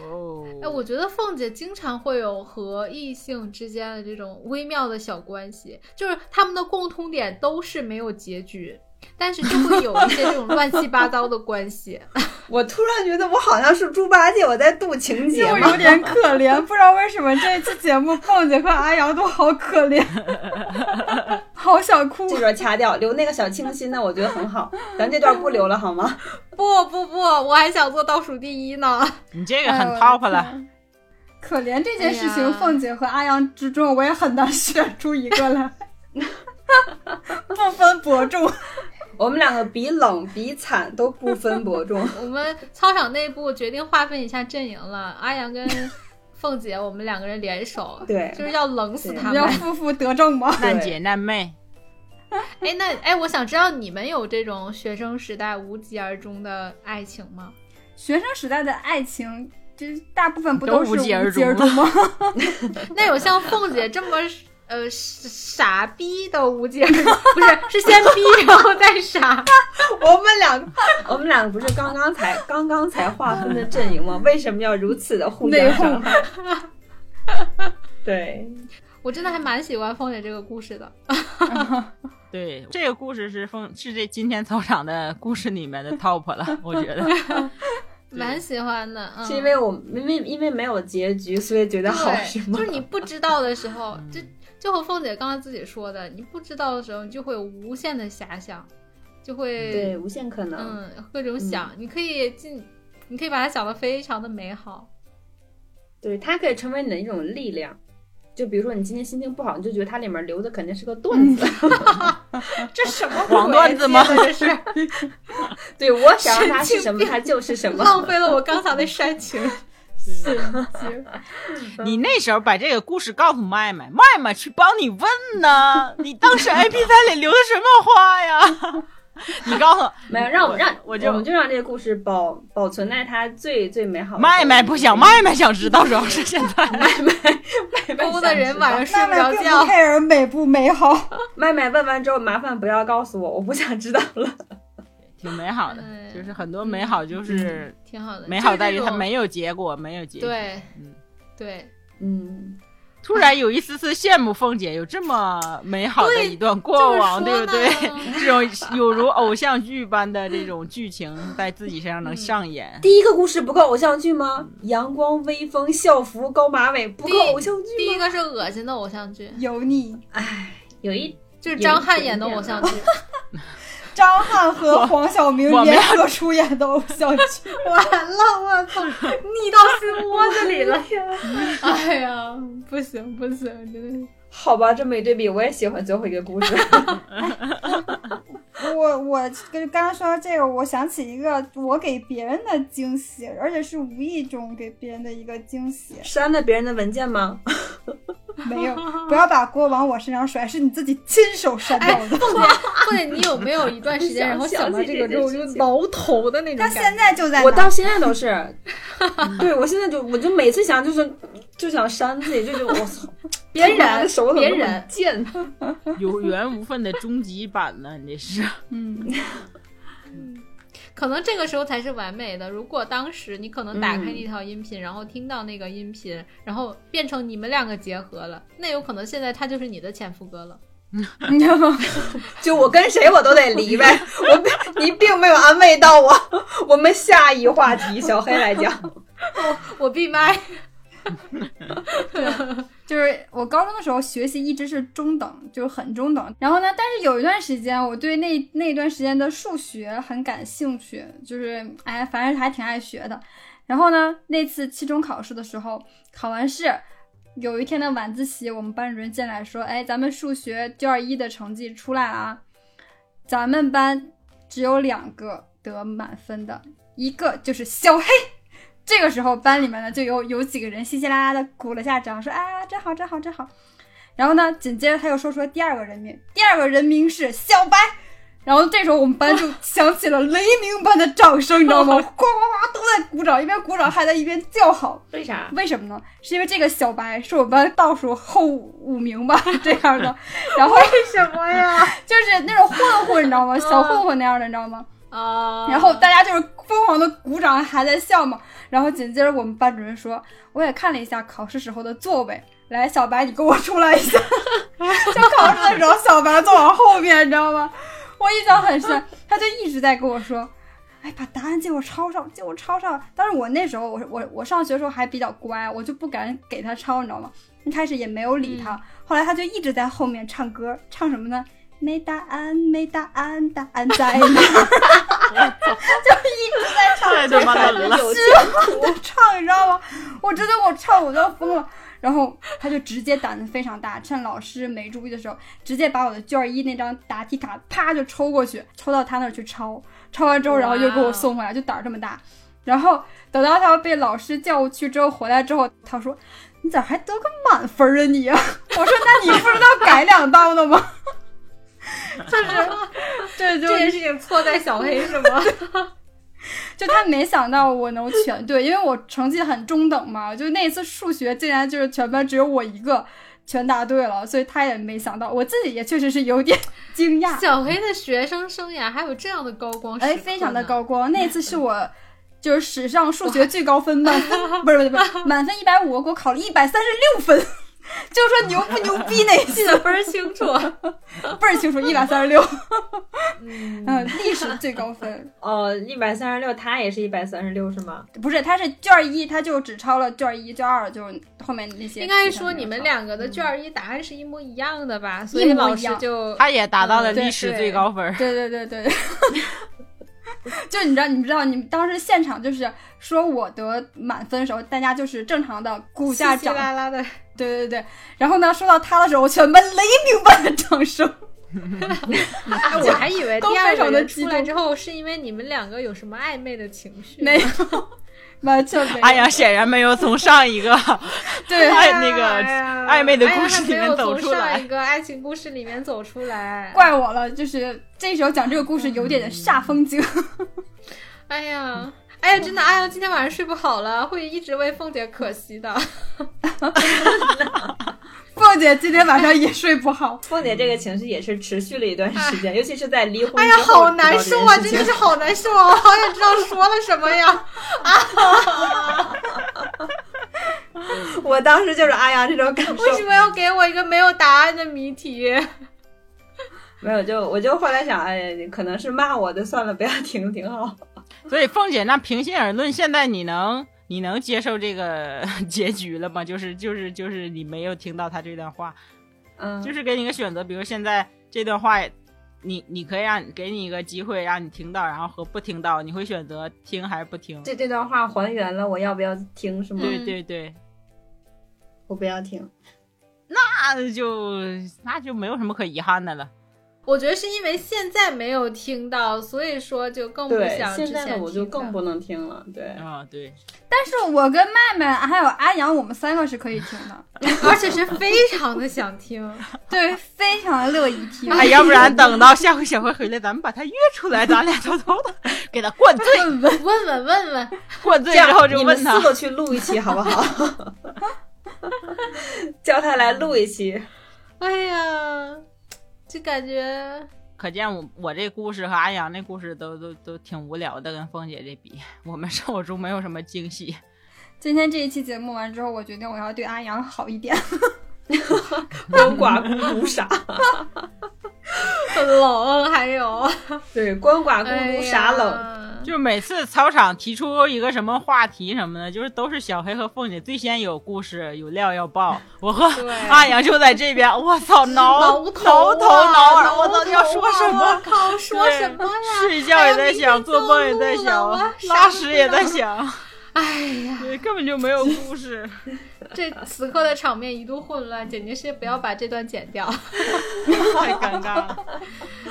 Speaker 3: 哦！
Speaker 1: 哎，我觉得凤姐经常会有和异性之间的这种微妙的小关系，就是他们的共通点都是没有结局，但是就会有一些这种乱七八糟的关系。 [LAUGHS]
Speaker 4: 我突然觉得我好像是猪八戒，我在渡情节
Speaker 2: 就 [LAUGHS]
Speaker 4: 吗
Speaker 2: 有？点可怜，不知道为什么这一期节目凤姐和阿瑶都好可怜， [LAUGHS] 好想哭。啊
Speaker 4: 这段掐掉，留那个小清新的，我觉得很好。咱这段不留了好吗？
Speaker 1: 不不不，我还想做倒数第一呢。
Speaker 3: 你这个很 top 了，
Speaker 2: 哎呦。可怜这件事
Speaker 1: 哎
Speaker 2: 情，
Speaker 1: 呀
Speaker 2: 凤姐和阿阳之中，我也很难选出一个来， [LAUGHS] 不分伯仲。
Speaker 4: 我们两个比冷比惨都不分伯仲。
Speaker 1: [LAUGHS] 我们操场内部决定划分一下阵营了，阿阳跟凤姐，我们两个人联手，
Speaker 4: 对
Speaker 1: 就是要冷死
Speaker 4: 对
Speaker 1: 他
Speaker 2: 要
Speaker 1: 们。
Speaker 2: 负负得正吗？
Speaker 3: 难姐难妹，
Speaker 1: [LAUGHS] 哎，那哎，我想知道你们有这种学生时代无疾而终的爱情吗？
Speaker 2: 学生时代的爱情，这大部分不
Speaker 3: 都
Speaker 2: 是
Speaker 3: 无
Speaker 2: 无
Speaker 3: 疾
Speaker 2: 疾
Speaker 3: 而
Speaker 2: 而
Speaker 3: 终
Speaker 2: 终吗？
Speaker 1: 那有像凤姐这么呃傻傻逼的无疾而终， [LAUGHS] 不是是先逼然后再傻？
Speaker 4: 我们两个， [LAUGHS] 我们两个不是刚刚才刚刚才划分的阵营
Speaker 1: 嗯
Speaker 4: 吗？为什么要如此的互
Speaker 2: 内
Speaker 4: 相
Speaker 2: 讧
Speaker 4: 伤害？
Speaker 1: [LAUGHS]
Speaker 4: 对，
Speaker 1: 我真的还蛮喜欢凤姐这个故事的。
Speaker 3: 对，这个故事是风是这今天操场的故事里面的 top 了，我觉得。对
Speaker 1: 蛮喜欢的，嗯、
Speaker 4: 是因为我们因为因为没有结局，所以觉得好是
Speaker 1: 对，
Speaker 4: 吗嗯
Speaker 1: 就？是你不知道的时候，就就和凤姐刚才自己说的，你不知道的时候，你就会有无限的遐想，就会
Speaker 4: 对，无限可能。
Speaker 1: 嗯各种想，你可以进，你可以把它想的非常的美好。
Speaker 4: 对，它可以成为你的一种力量。就比如说你今天心情不好，你就觉得它里面留的肯定是个段
Speaker 1: 嗯
Speaker 4: 子，这什么
Speaker 3: 黄段子吗
Speaker 4: 鬼接的
Speaker 1: [LAUGHS]
Speaker 4: 这是，对我想让它是什
Speaker 1: 神经
Speaker 4: 么，
Speaker 1: 病
Speaker 4: 它就是什么。
Speaker 1: 浪费了我刚才的煽情，
Speaker 2: [LAUGHS]
Speaker 3: 你那时候把这个故事告诉麦麦，麦麦去帮你问呢。你当时 A P 三里留的什么花呀？ [LAUGHS] 你告诉
Speaker 4: [LAUGHS] 没有，让我
Speaker 3: 我
Speaker 4: 们让
Speaker 3: 我就
Speaker 4: 们就让这个故事保保存在它最最美好的。
Speaker 3: 麦麦
Speaker 4: [LAUGHS]
Speaker 3: 不想，麦麦想知道，主要是现在
Speaker 1: 勾的人晚上睡
Speaker 2: 妈
Speaker 1: 不着
Speaker 2: 妈并不
Speaker 1: 觉。
Speaker 2: care 美不美好，
Speaker 4: 麦麦问完之后，麻烦不要告诉我，我不想知道了。
Speaker 3: 挺美好的，
Speaker 1: 嗯
Speaker 3: 就是很多美好，就是
Speaker 1: 挺好的，
Speaker 3: 美好在于
Speaker 1: 就是
Speaker 3: 它
Speaker 1: 这种
Speaker 3: 没有结果，没有结果。
Speaker 1: 对
Speaker 3: 嗯，
Speaker 1: 对
Speaker 4: 嗯，
Speaker 3: 突然有一丝丝羡慕凤姐有这么美好的
Speaker 1: 对
Speaker 3: 一段过往，
Speaker 1: 就是
Speaker 3: 对
Speaker 1: 说
Speaker 3: 不对？
Speaker 1: 呢
Speaker 3: 这种有如偶像剧般的这种剧情在自己身上能
Speaker 1: 嗯
Speaker 3: 上演，
Speaker 4: 第一个故事不够偶像剧吗？阳光、微风、校服、高马尾不够
Speaker 1: 第一
Speaker 4: 偶像剧
Speaker 1: [LAUGHS] 第一
Speaker 4: 吗？
Speaker 1: 个是恶心的偶像剧，
Speaker 2: 油腻。
Speaker 4: 哎有 [LAUGHS] 一
Speaker 1: 就是张翰演的偶像剧。
Speaker 2: 张翰和黄晓明
Speaker 3: 我我们
Speaker 2: 联合出演的偶像
Speaker 3: [LAUGHS]
Speaker 2: 剧，
Speaker 1: 完了，我操，腻到心窝子里了！哎呀，不行不行，真的是。
Speaker 4: [LAUGHS] 好吧，这么一对比，我也喜欢最后一个故 [LAUGHS] 事。
Speaker 2: [LAUGHS] 我我跟刚刚说到这个，我想起一个我给别人的惊喜，而且是无意中给别人的一个惊喜。
Speaker 4: [LAUGHS] 删了别人的文件吗？
Speaker 2: 没有，不要把锅往我身上甩，是你自己亲手删掉的。
Speaker 1: 或者你有没有一段时间，
Speaker 4: 想
Speaker 1: 然后 [LAUGHS] 想到
Speaker 4: 想起
Speaker 1: 这个之后
Speaker 4: 这
Speaker 1: 就
Speaker 4: 件事情
Speaker 1: 挠头的那种
Speaker 2: 他
Speaker 1: 感觉？
Speaker 2: 现在就在
Speaker 4: 我
Speaker 2: 哪
Speaker 4: 到现在都是，对我现在就我就每次想就是就想删自己，就就我操，
Speaker 1: 别
Speaker 4: 他妈的
Speaker 1: 人
Speaker 4: 手怎么
Speaker 1: 别
Speaker 4: 那么
Speaker 1: 人，
Speaker 4: 贱？
Speaker 1: [LAUGHS]
Speaker 2: [LAUGHS]
Speaker 3: 有缘无分的终极版呢，你这是。
Speaker 2: 嗯，
Speaker 1: 可能这个时候才是完美的。如果当时你可能打开那条音频，然后听到那个音频，然后变成你们两个结合了，那有可能现在他就是你的前夫哥了。
Speaker 5: 就我跟谁我都得离呗。我并你并没有安慰到我。我们下一话题，小黑来讲。
Speaker 1: 我闭 [LAUGHS] 麦，
Speaker 2: 就是我高中的时候学习一直是中等，就是很中等。然后呢，但是有一段时间，我对那那一段时间的数学很感兴趣，就是哎，反正还挺爱学的。然后呢，那次期中考试的时候，考完试。有一天的晚自习，我们班主任进来说：“哎，咱们数学卷儿一的成绩出来了啊，咱们班只有两个得满分的，一个就是小黑。”这个时候，班里面呢就有有几个人稀稀拉拉的鼓了下掌，说：“啊，真好，真好，真好。”然后呢，紧接着他又说出了第二个人名，第二个人名是小白。然后这时候我们班就响起了雷鸣般的掌声，你知
Speaker 4: [LAUGHS]
Speaker 2: 道吗？哗哗哗都在鼓掌，一边鼓掌还在一边叫好。
Speaker 4: 为啥？
Speaker 2: 为什么呢？是因为这个小白是我们班倒数后五
Speaker 4: [LAUGHS]
Speaker 2: 名吧，这样的。然后
Speaker 4: 为什么呀？
Speaker 2: [LAUGHS] 就是那种混混，你知道吗？小混混那样的，你知道吗？
Speaker 1: 啊，
Speaker 2: [LAUGHS] 然后大家就是疯狂的鼓掌，还在笑嘛。然后紧接着我们班主任说，我也看了一下考试时候的座位，来，小白你跟我出来一下。 [LAUGHS] 就考试的时候，小白坐我后面，你知道吗？我印象很深，他就一直在跟我说。哎，把答案借我抄上，借我抄上。但是我那时候，我我我上学的时候还比较乖，我就不敢给他抄，你知道吗？一开始也没有理他，后来他就一直在后面唱歌，唱什么呢？没答案，没答案，答案在哪？ [LAUGHS]
Speaker 3: 太他妈冷了，
Speaker 2: 我就唱，你知道吗？我真的我唱我都要疯了。然后他就直接胆子非常大，趁老师没注意的时候，直接把我的卷一那张答题卡啪就抽过去，抽到他那儿去抄。抄完之后，然后又给我送回来，就胆儿这么大。然后等到他被老师叫过去之后，回来之后，他说：“你咋还得个满分儿啊 [LAUGHS] 你？”我说：“那你不知道改两道的吗？”就是，这就
Speaker 1: 这件事情错在小黑是
Speaker 2: [LAUGHS]
Speaker 1: 吗？
Speaker 2: 就他没想到我能全对，因为我成绩很中等嘛，就那一次数学竟然就是全班只有我一个全答对了，所以他也没想到，我自己也确实是有点惊
Speaker 1: [LAUGHS]
Speaker 2: 讶，
Speaker 1: 小黑的学生生涯还有这样的高光时刻
Speaker 2: 啊哎，
Speaker 1: 呢
Speaker 2: 非常的。高光。那次是
Speaker 1: [LAUGHS]
Speaker 2: 我就是史上数学最高分满分，不是不是不是满分一百五，我给我考了一百三十六分， [LAUGHS] 就说牛不牛逼那一
Speaker 1: 记
Speaker 2: 次
Speaker 1: 得倍儿清
Speaker 2: [LAUGHS]
Speaker 1: 楚，
Speaker 2: 倍儿清楚，一百三十六， [LAUGHS]
Speaker 1: 嗯，
Speaker 2: 嗯，历史最高分，
Speaker 5: 哦，一百三十六，他也是一百三十六是吗？
Speaker 2: 不是，他是卷一，他就只抄了卷一、卷二，就是后面那些
Speaker 1: 应该
Speaker 2: 题他
Speaker 1: 说
Speaker 2: 没
Speaker 1: 你
Speaker 2: 有
Speaker 1: 们
Speaker 2: 抄
Speaker 1: 两个的卷儿一答案是一模一样的
Speaker 2: 嗯
Speaker 1: 吧？所以老师就
Speaker 3: [LAUGHS] 他也达到
Speaker 1: 嗯
Speaker 3: 了
Speaker 2: 对
Speaker 3: 历史
Speaker 2: 对
Speaker 3: 最高分儿。
Speaker 2: 对对对对， [LAUGHS] 就你知道，你知道，你们当时现场就是说我得满分的时候，大家就是正常的鼓下
Speaker 1: 稀稀
Speaker 2: 掌，
Speaker 1: 拉拉的，
Speaker 2: 对对对。然后呢，说到他的时候，全班雷鸣般的掌声。
Speaker 1: [LAUGHS] 哎，我还以为
Speaker 2: 都
Speaker 1: 第二
Speaker 2: 非常
Speaker 1: 个
Speaker 2: 地
Speaker 1: 人
Speaker 2: 激
Speaker 1: 出来
Speaker 2: 动
Speaker 1: 之后是因为你们两个有什么暧昧的情绪， [LAUGHS]
Speaker 2: 没有，完全没有。
Speaker 3: 阿阳哎显然没有从上一个
Speaker 2: 对
Speaker 3: 爱那个暧昧的
Speaker 1: 哎呀
Speaker 3: 故事里面
Speaker 1: 还没
Speaker 3: 走出
Speaker 1: 有从上
Speaker 3: 来，
Speaker 1: 一个爱情故事里面走出来。
Speaker 2: 怪我了，就是这时候讲这个故事有点煞风景。
Speaker 1: 哎呀，哎呀，真的，阿阳今天晚上睡不好了，会一直为凤姐可惜的。
Speaker 2: 凤姐今天晚上也睡不
Speaker 1: 哎
Speaker 2: 好，
Speaker 5: 凤姐这个情绪也是持续了一段时间，尤其是在离婚
Speaker 1: 哎
Speaker 5: 之
Speaker 1: 呀，
Speaker 5: 后
Speaker 1: 好难受啊，真的是好难受啊！我好想知道说了什么呀。 [LAUGHS]
Speaker 5: 是，我当时就是阿阳这种感受。
Speaker 1: 为什么要给我一个没有答案的谜题？
Speaker 5: 没有，就我就后来想，哎，可能是骂我的，算了，不要听，挺好。
Speaker 3: [LAUGHS] 所以凤姐，那平心而论，现在你能你能接受这个 [LAUGHS] 结局了吗？就是就是就是你没有听到他这段话，
Speaker 5: 嗯，
Speaker 3: 就是给你一个选择，比如现在这段话，你你可以让给你一个机会让你听到，然后和不听到，你会选择听还是不听？
Speaker 5: 这嗯这段话还原了，我要不要听是吗？
Speaker 3: 对对对，
Speaker 5: 我不要听。
Speaker 3: 那就那就没有什么可遗憾的了。
Speaker 1: 我觉得是因为现在没有听到，所以说就更不
Speaker 5: 对
Speaker 1: 想，之
Speaker 5: 现在的
Speaker 1: 前
Speaker 5: 我就
Speaker 1: 听到
Speaker 5: 更不能听了。对，
Speaker 3: 啊、对，
Speaker 2: 但是我跟麦麦还有阿阳，我们三个是可以听
Speaker 1: [LAUGHS]
Speaker 2: 的，
Speaker 1: 而且是非常的想听。
Speaker 2: 对，非常乐意听。
Speaker 3: 哎，要不然等到下回小辉回来，咱们把他约出来，咱俩偷偷的给他灌
Speaker 5: [LAUGHS]
Speaker 3: 醉，
Speaker 2: 问问，
Speaker 1: 问问问问，
Speaker 3: 灌醉
Speaker 5: 这样
Speaker 3: 之后就
Speaker 5: 你们
Speaker 3: 问他
Speaker 5: 四。个去录一期好不好？
Speaker 3: [LAUGHS]
Speaker 5: 叫他来录一期。
Speaker 1: 哎呀，就感觉
Speaker 3: 可见我我这故事和阿阳那故事都都都挺无聊的，跟凤姐这比，我们生活中没有什么惊喜。
Speaker 6: 今天这一期节目完之后，我决定我要对阿阳好一点。
Speaker 7: 光寡孤
Speaker 5: [LAUGHS]
Speaker 7: 独傻，
Speaker 1: 冷还有，
Speaker 7: 对，光寡孤独傻冷，
Speaker 1: 冷
Speaker 3: 就每次操场提出一个什么话题什么的，就是都是小黑和凤姐最先有故事有料要爆，我和
Speaker 1: 对
Speaker 3: 阿阳就在这边，我操，挠
Speaker 1: 挠
Speaker 3: 挠
Speaker 1: 头啊
Speaker 3: 头挠耳，我到底要说什
Speaker 1: 我
Speaker 3: 么？
Speaker 1: 靠，说什么呀？
Speaker 3: 睡觉也在想，做梦也在
Speaker 1: 还有
Speaker 3: 想
Speaker 1: 明天，走路了
Speaker 3: 拉屎也
Speaker 1: [LAUGHS]
Speaker 3: 在想，
Speaker 1: 哎呀，
Speaker 3: 对，根本就没有故事。 [LAUGHS]
Speaker 1: 这此刻的场面一度混乱，剪辑师不要把这段剪掉。
Speaker 3: 太尴尬了。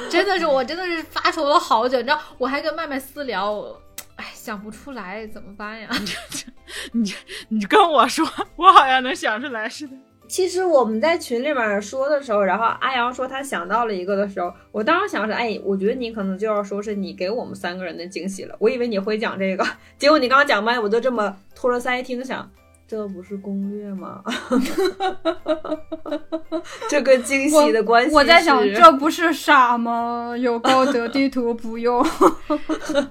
Speaker 1: 真的是，我真的是发愁了好久，你知道，我还跟麦麦私聊，我哎想不出来怎么办呀？
Speaker 3: 你跟我说，我好像能想出来似的。
Speaker 4: 其实我们在群里面说的时候，然后阿阳说他想到了一个的时候，我当时想是，哎，我觉得你可能就要说是你给我们三个人的惊喜了。我以为你会讲这个， [LAUGHS] 结果你刚刚讲完，我就这么托着腮听想，这不是攻略吗？ [LAUGHS] 这跟惊喜的关系
Speaker 6: 我在
Speaker 4: [LAUGHS]
Speaker 6: 想，
Speaker 4: 是
Speaker 6: 这不是傻吗？有高德地图不用，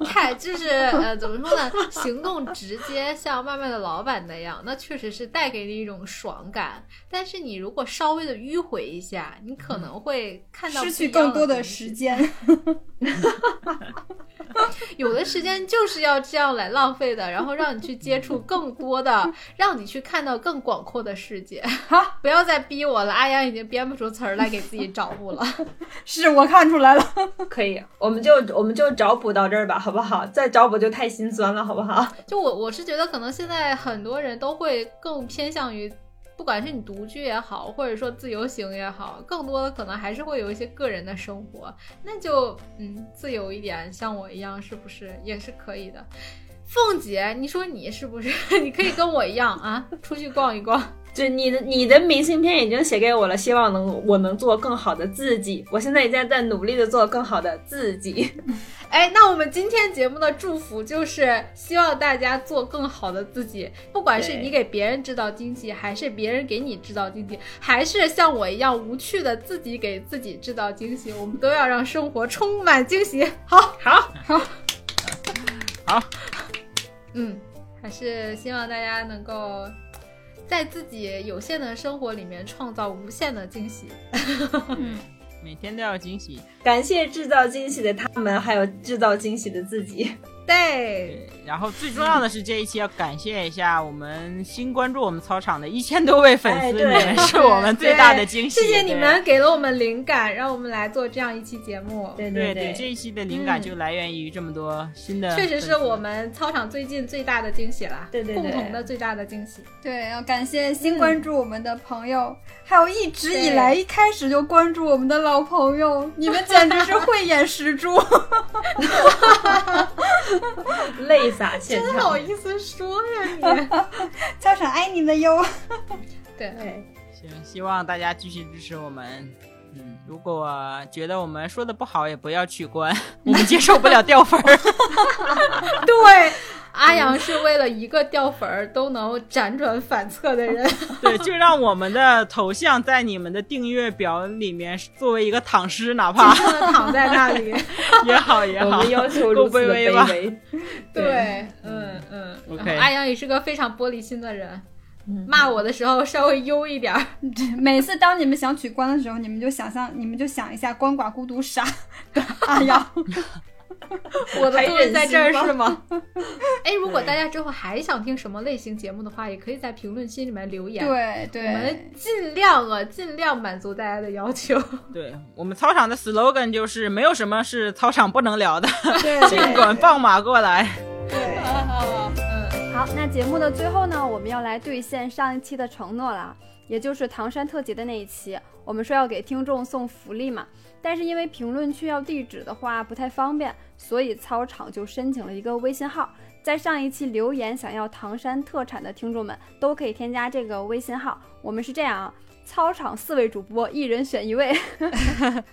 Speaker 1: 太就是呃，怎么说呢？行动直接，像麦麦的老板那样，那确实是带给你一种爽感。但是你如果稍微的迂回一下，你可能会 [LAUGHS] 看
Speaker 6: 嗯
Speaker 1: 到
Speaker 6: 失
Speaker 1: 不一
Speaker 6: 去
Speaker 1: 样的
Speaker 6: 更多的
Speaker 1: 东西
Speaker 6: 时。间。
Speaker 1: 有的时间就是要这样来浪费的，然后让你去接触更多的，让你去看到更广阔的世界。
Speaker 6: 好，
Speaker 1: 不要再逼我了，阿阳已经编不出词儿来给自己找补了。
Speaker 6: 是我看出来了，
Speaker 4: 可以，我们就我们就找补到这儿吧，好不好？再找补就太心酸了，好不好？
Speaker 1: 就我我是觉得，可能现在很多人都会更偏向于，不管是你独居也好，或者说自由行也好，更多的可能还是会有一些个人的生活。那就嗯，自由一点，像我一样，是不是也是可以的？凤姐，你说你是不是？ [LAUGHS] 你可以跟我一样啊，出去逛一逛。
Speaker 4: 就你的你的明信片已经写给我了，希望能我能做更好的自己。我现在也在在努力的做更好的自己。 [LAUGHS]
Speaker 1: 哎，那我们今天节目的祝福就是希望大家做更好的自己，不管是
Speaker 4: 对
Speaker 1: 你给别人制造惊喜，还是别人给你制造惊喜，还是像我一样无趣的自己给自己制造惊喜，我们都要让生活充满惊喜。好，
Speaker 4: 好，
Speaker 1: 嗯，还是希望大家能够在自己有限的生活里面创造无限的惊喜。
Speaker 3: 每天都要惊喜，
Speaker 4: 感谢制造惊喜的他们，还有制造惊喜的自己。
Speaker 1: 对，
Speaker 3: 然后最重要的是这一期要感谢一下我们新关注我们操场的一千多位粉丝，
Speaker 4: 哎
Speaker 3: 你
Speaker 4: 对
Speaker 3: 们是我们 [LAUGHS] 最大的惊喜。
Speaker 1: 谢谢你
Speaker 3: 对
Speaker 1: 们。给了我们灵感，让我们来做这样一期节目。
Speaker 4: 对
Speaker 3: 对
Speaker 4: 对，嗯
Speaker 3: 这一期的灵感就来源于这么多新的，
Speaker 1: 确实是我。们操场最近最大的惊喜啦，
Speaker 4: 对对对
Speaker 1: 共同的最大的惊喜。
Speaker 6: 对，要感谢新关注我们的朋友，还有一直以来
Speaker 1: 对
Speaker 6: 一开始就关注我们的老朋友，你们简直是慧眼识珠。 [LAUGHS]
Speaker 4: 泪洒现
Speaker 1: 真好
Speaker 4: 场。
Speaker 1: 意思说呀你？
Speaker 6: 家长爱你们哟。 [LAUGHS]
Speaker 1: 对，
Speaker 4: 对，
Speaker 3: 行，希望大家继续支持我们。嗯，如果觉得我们说的不好，也不要取关， [LAUGHS] 我们接受不了掉
Speaker 4: [LAUGHS]
Speaker 3: 分儿。
Speaker 1: 对，阿阳是为了一个掉粉儿都能辗转反侧的人。
Speaker 3: 对，就让我们的头像在你们的订阅表里面作为一个躺尸，哪
Speaker 4: [LAUGHS]
Speaker 3: 怕
Speaker 1: 不能躺在那里。
Speaker 3: 也好也
Speaker 4: 我
Speaker 3: 好
Speaker 4: 们。要求如此的
Speaker 3: 够卑微吧
Speaker 4: 卑微。
Speaker 1: 对，嗯嗯。
Speaker 3: OK
Speaker 1: 然后阿阳也是个非常玻璃心的人，
Speaker 4: 嗯
Speaker 1: 骂我的时候稍微悠一点儿。
Speaker 6: 每次当你们想取关的时候，你们就想象，你们就想一下光寡孤独傻 [LAUGHS] 哎的阿阳。
Speaker 1: 我的
Speaker 4: 还
Speaker 1: 作用
Speaker 4: 忍
Speaker 1: 在这儿
Speaker 4: 心吗
Speaker 1: 是吗？哎，如果大家之后还想听什么类型节目的话，也可以在评论区里面留言。
Speaker 6: 对
Speaker 1: 我
Speaker 6: 对
Speaker 1: 们，尽量啊，尽量满足大家的要求。
Speaker 3: 对我们操场的 slogan 就是没有什么是操场不能聊的，
Speaker 6: 对
Speaker 3: [LAUGHS] 尽管放马过来。
Speaker 6: 对。
Speaker 1: 嗯，
Speaker 2: 好，那节目的最后呢，我们要来兑现上一期的承诺了，也就是唐山特辑的那一期，我们说要给听众送福利嘛。但是因为评论区要地址的话不太方便，所以操场就申请了一个微信号。在上一期留言想要唐山特产的听众们，都可以添加这个微信号。我们是这样啊，操场四位主播，一人选一位。
Speaker 1: [LAUGHS]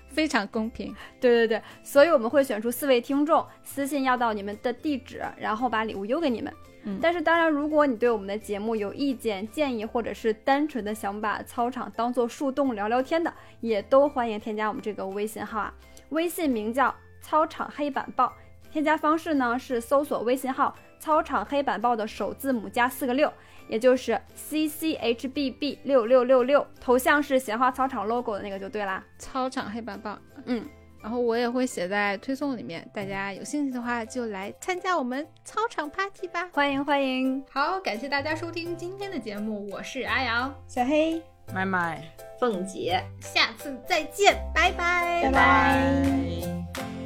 Speaker 1: 非常公平。
Speaker 2: 对对对，所以我们会选出四位听众，私信要到你们的地址，然后把礼物邮给你们。
Speaker 1: 嗯
Speaker 2: 但是当然，如果你对我们的节目有意见、建议，或者是单纯的想把操场当做树洞聊聊天的，也都欢迎添加我们这个微信号啊。微信名叫“操场黑板报”，添加方式呢是搜索微信号“操场黑板报”的首字母加四个六，也就是 C C H B B 六六六六，头像是闲话操场 logo 的那个就对啦。
Speaker 1: 操场黑板报，
Speaker 2: 嗯，
Speaker 1: 然后我也会写在推送里面，大家有兴趣的话就来参加我们操场 party 吧。
Speaker 2: 欢迎欢迎，
Speaker 1: 好，感谢大家收听今天的节目，我是阿阳，
Speaker 8: 小黑。
Speaker 3: 麦麦，
Speaker 4: 凤姐，
Speaker 1: 下次再见，拜拜
Speaker 4: 拜
Speaker 3: 拜。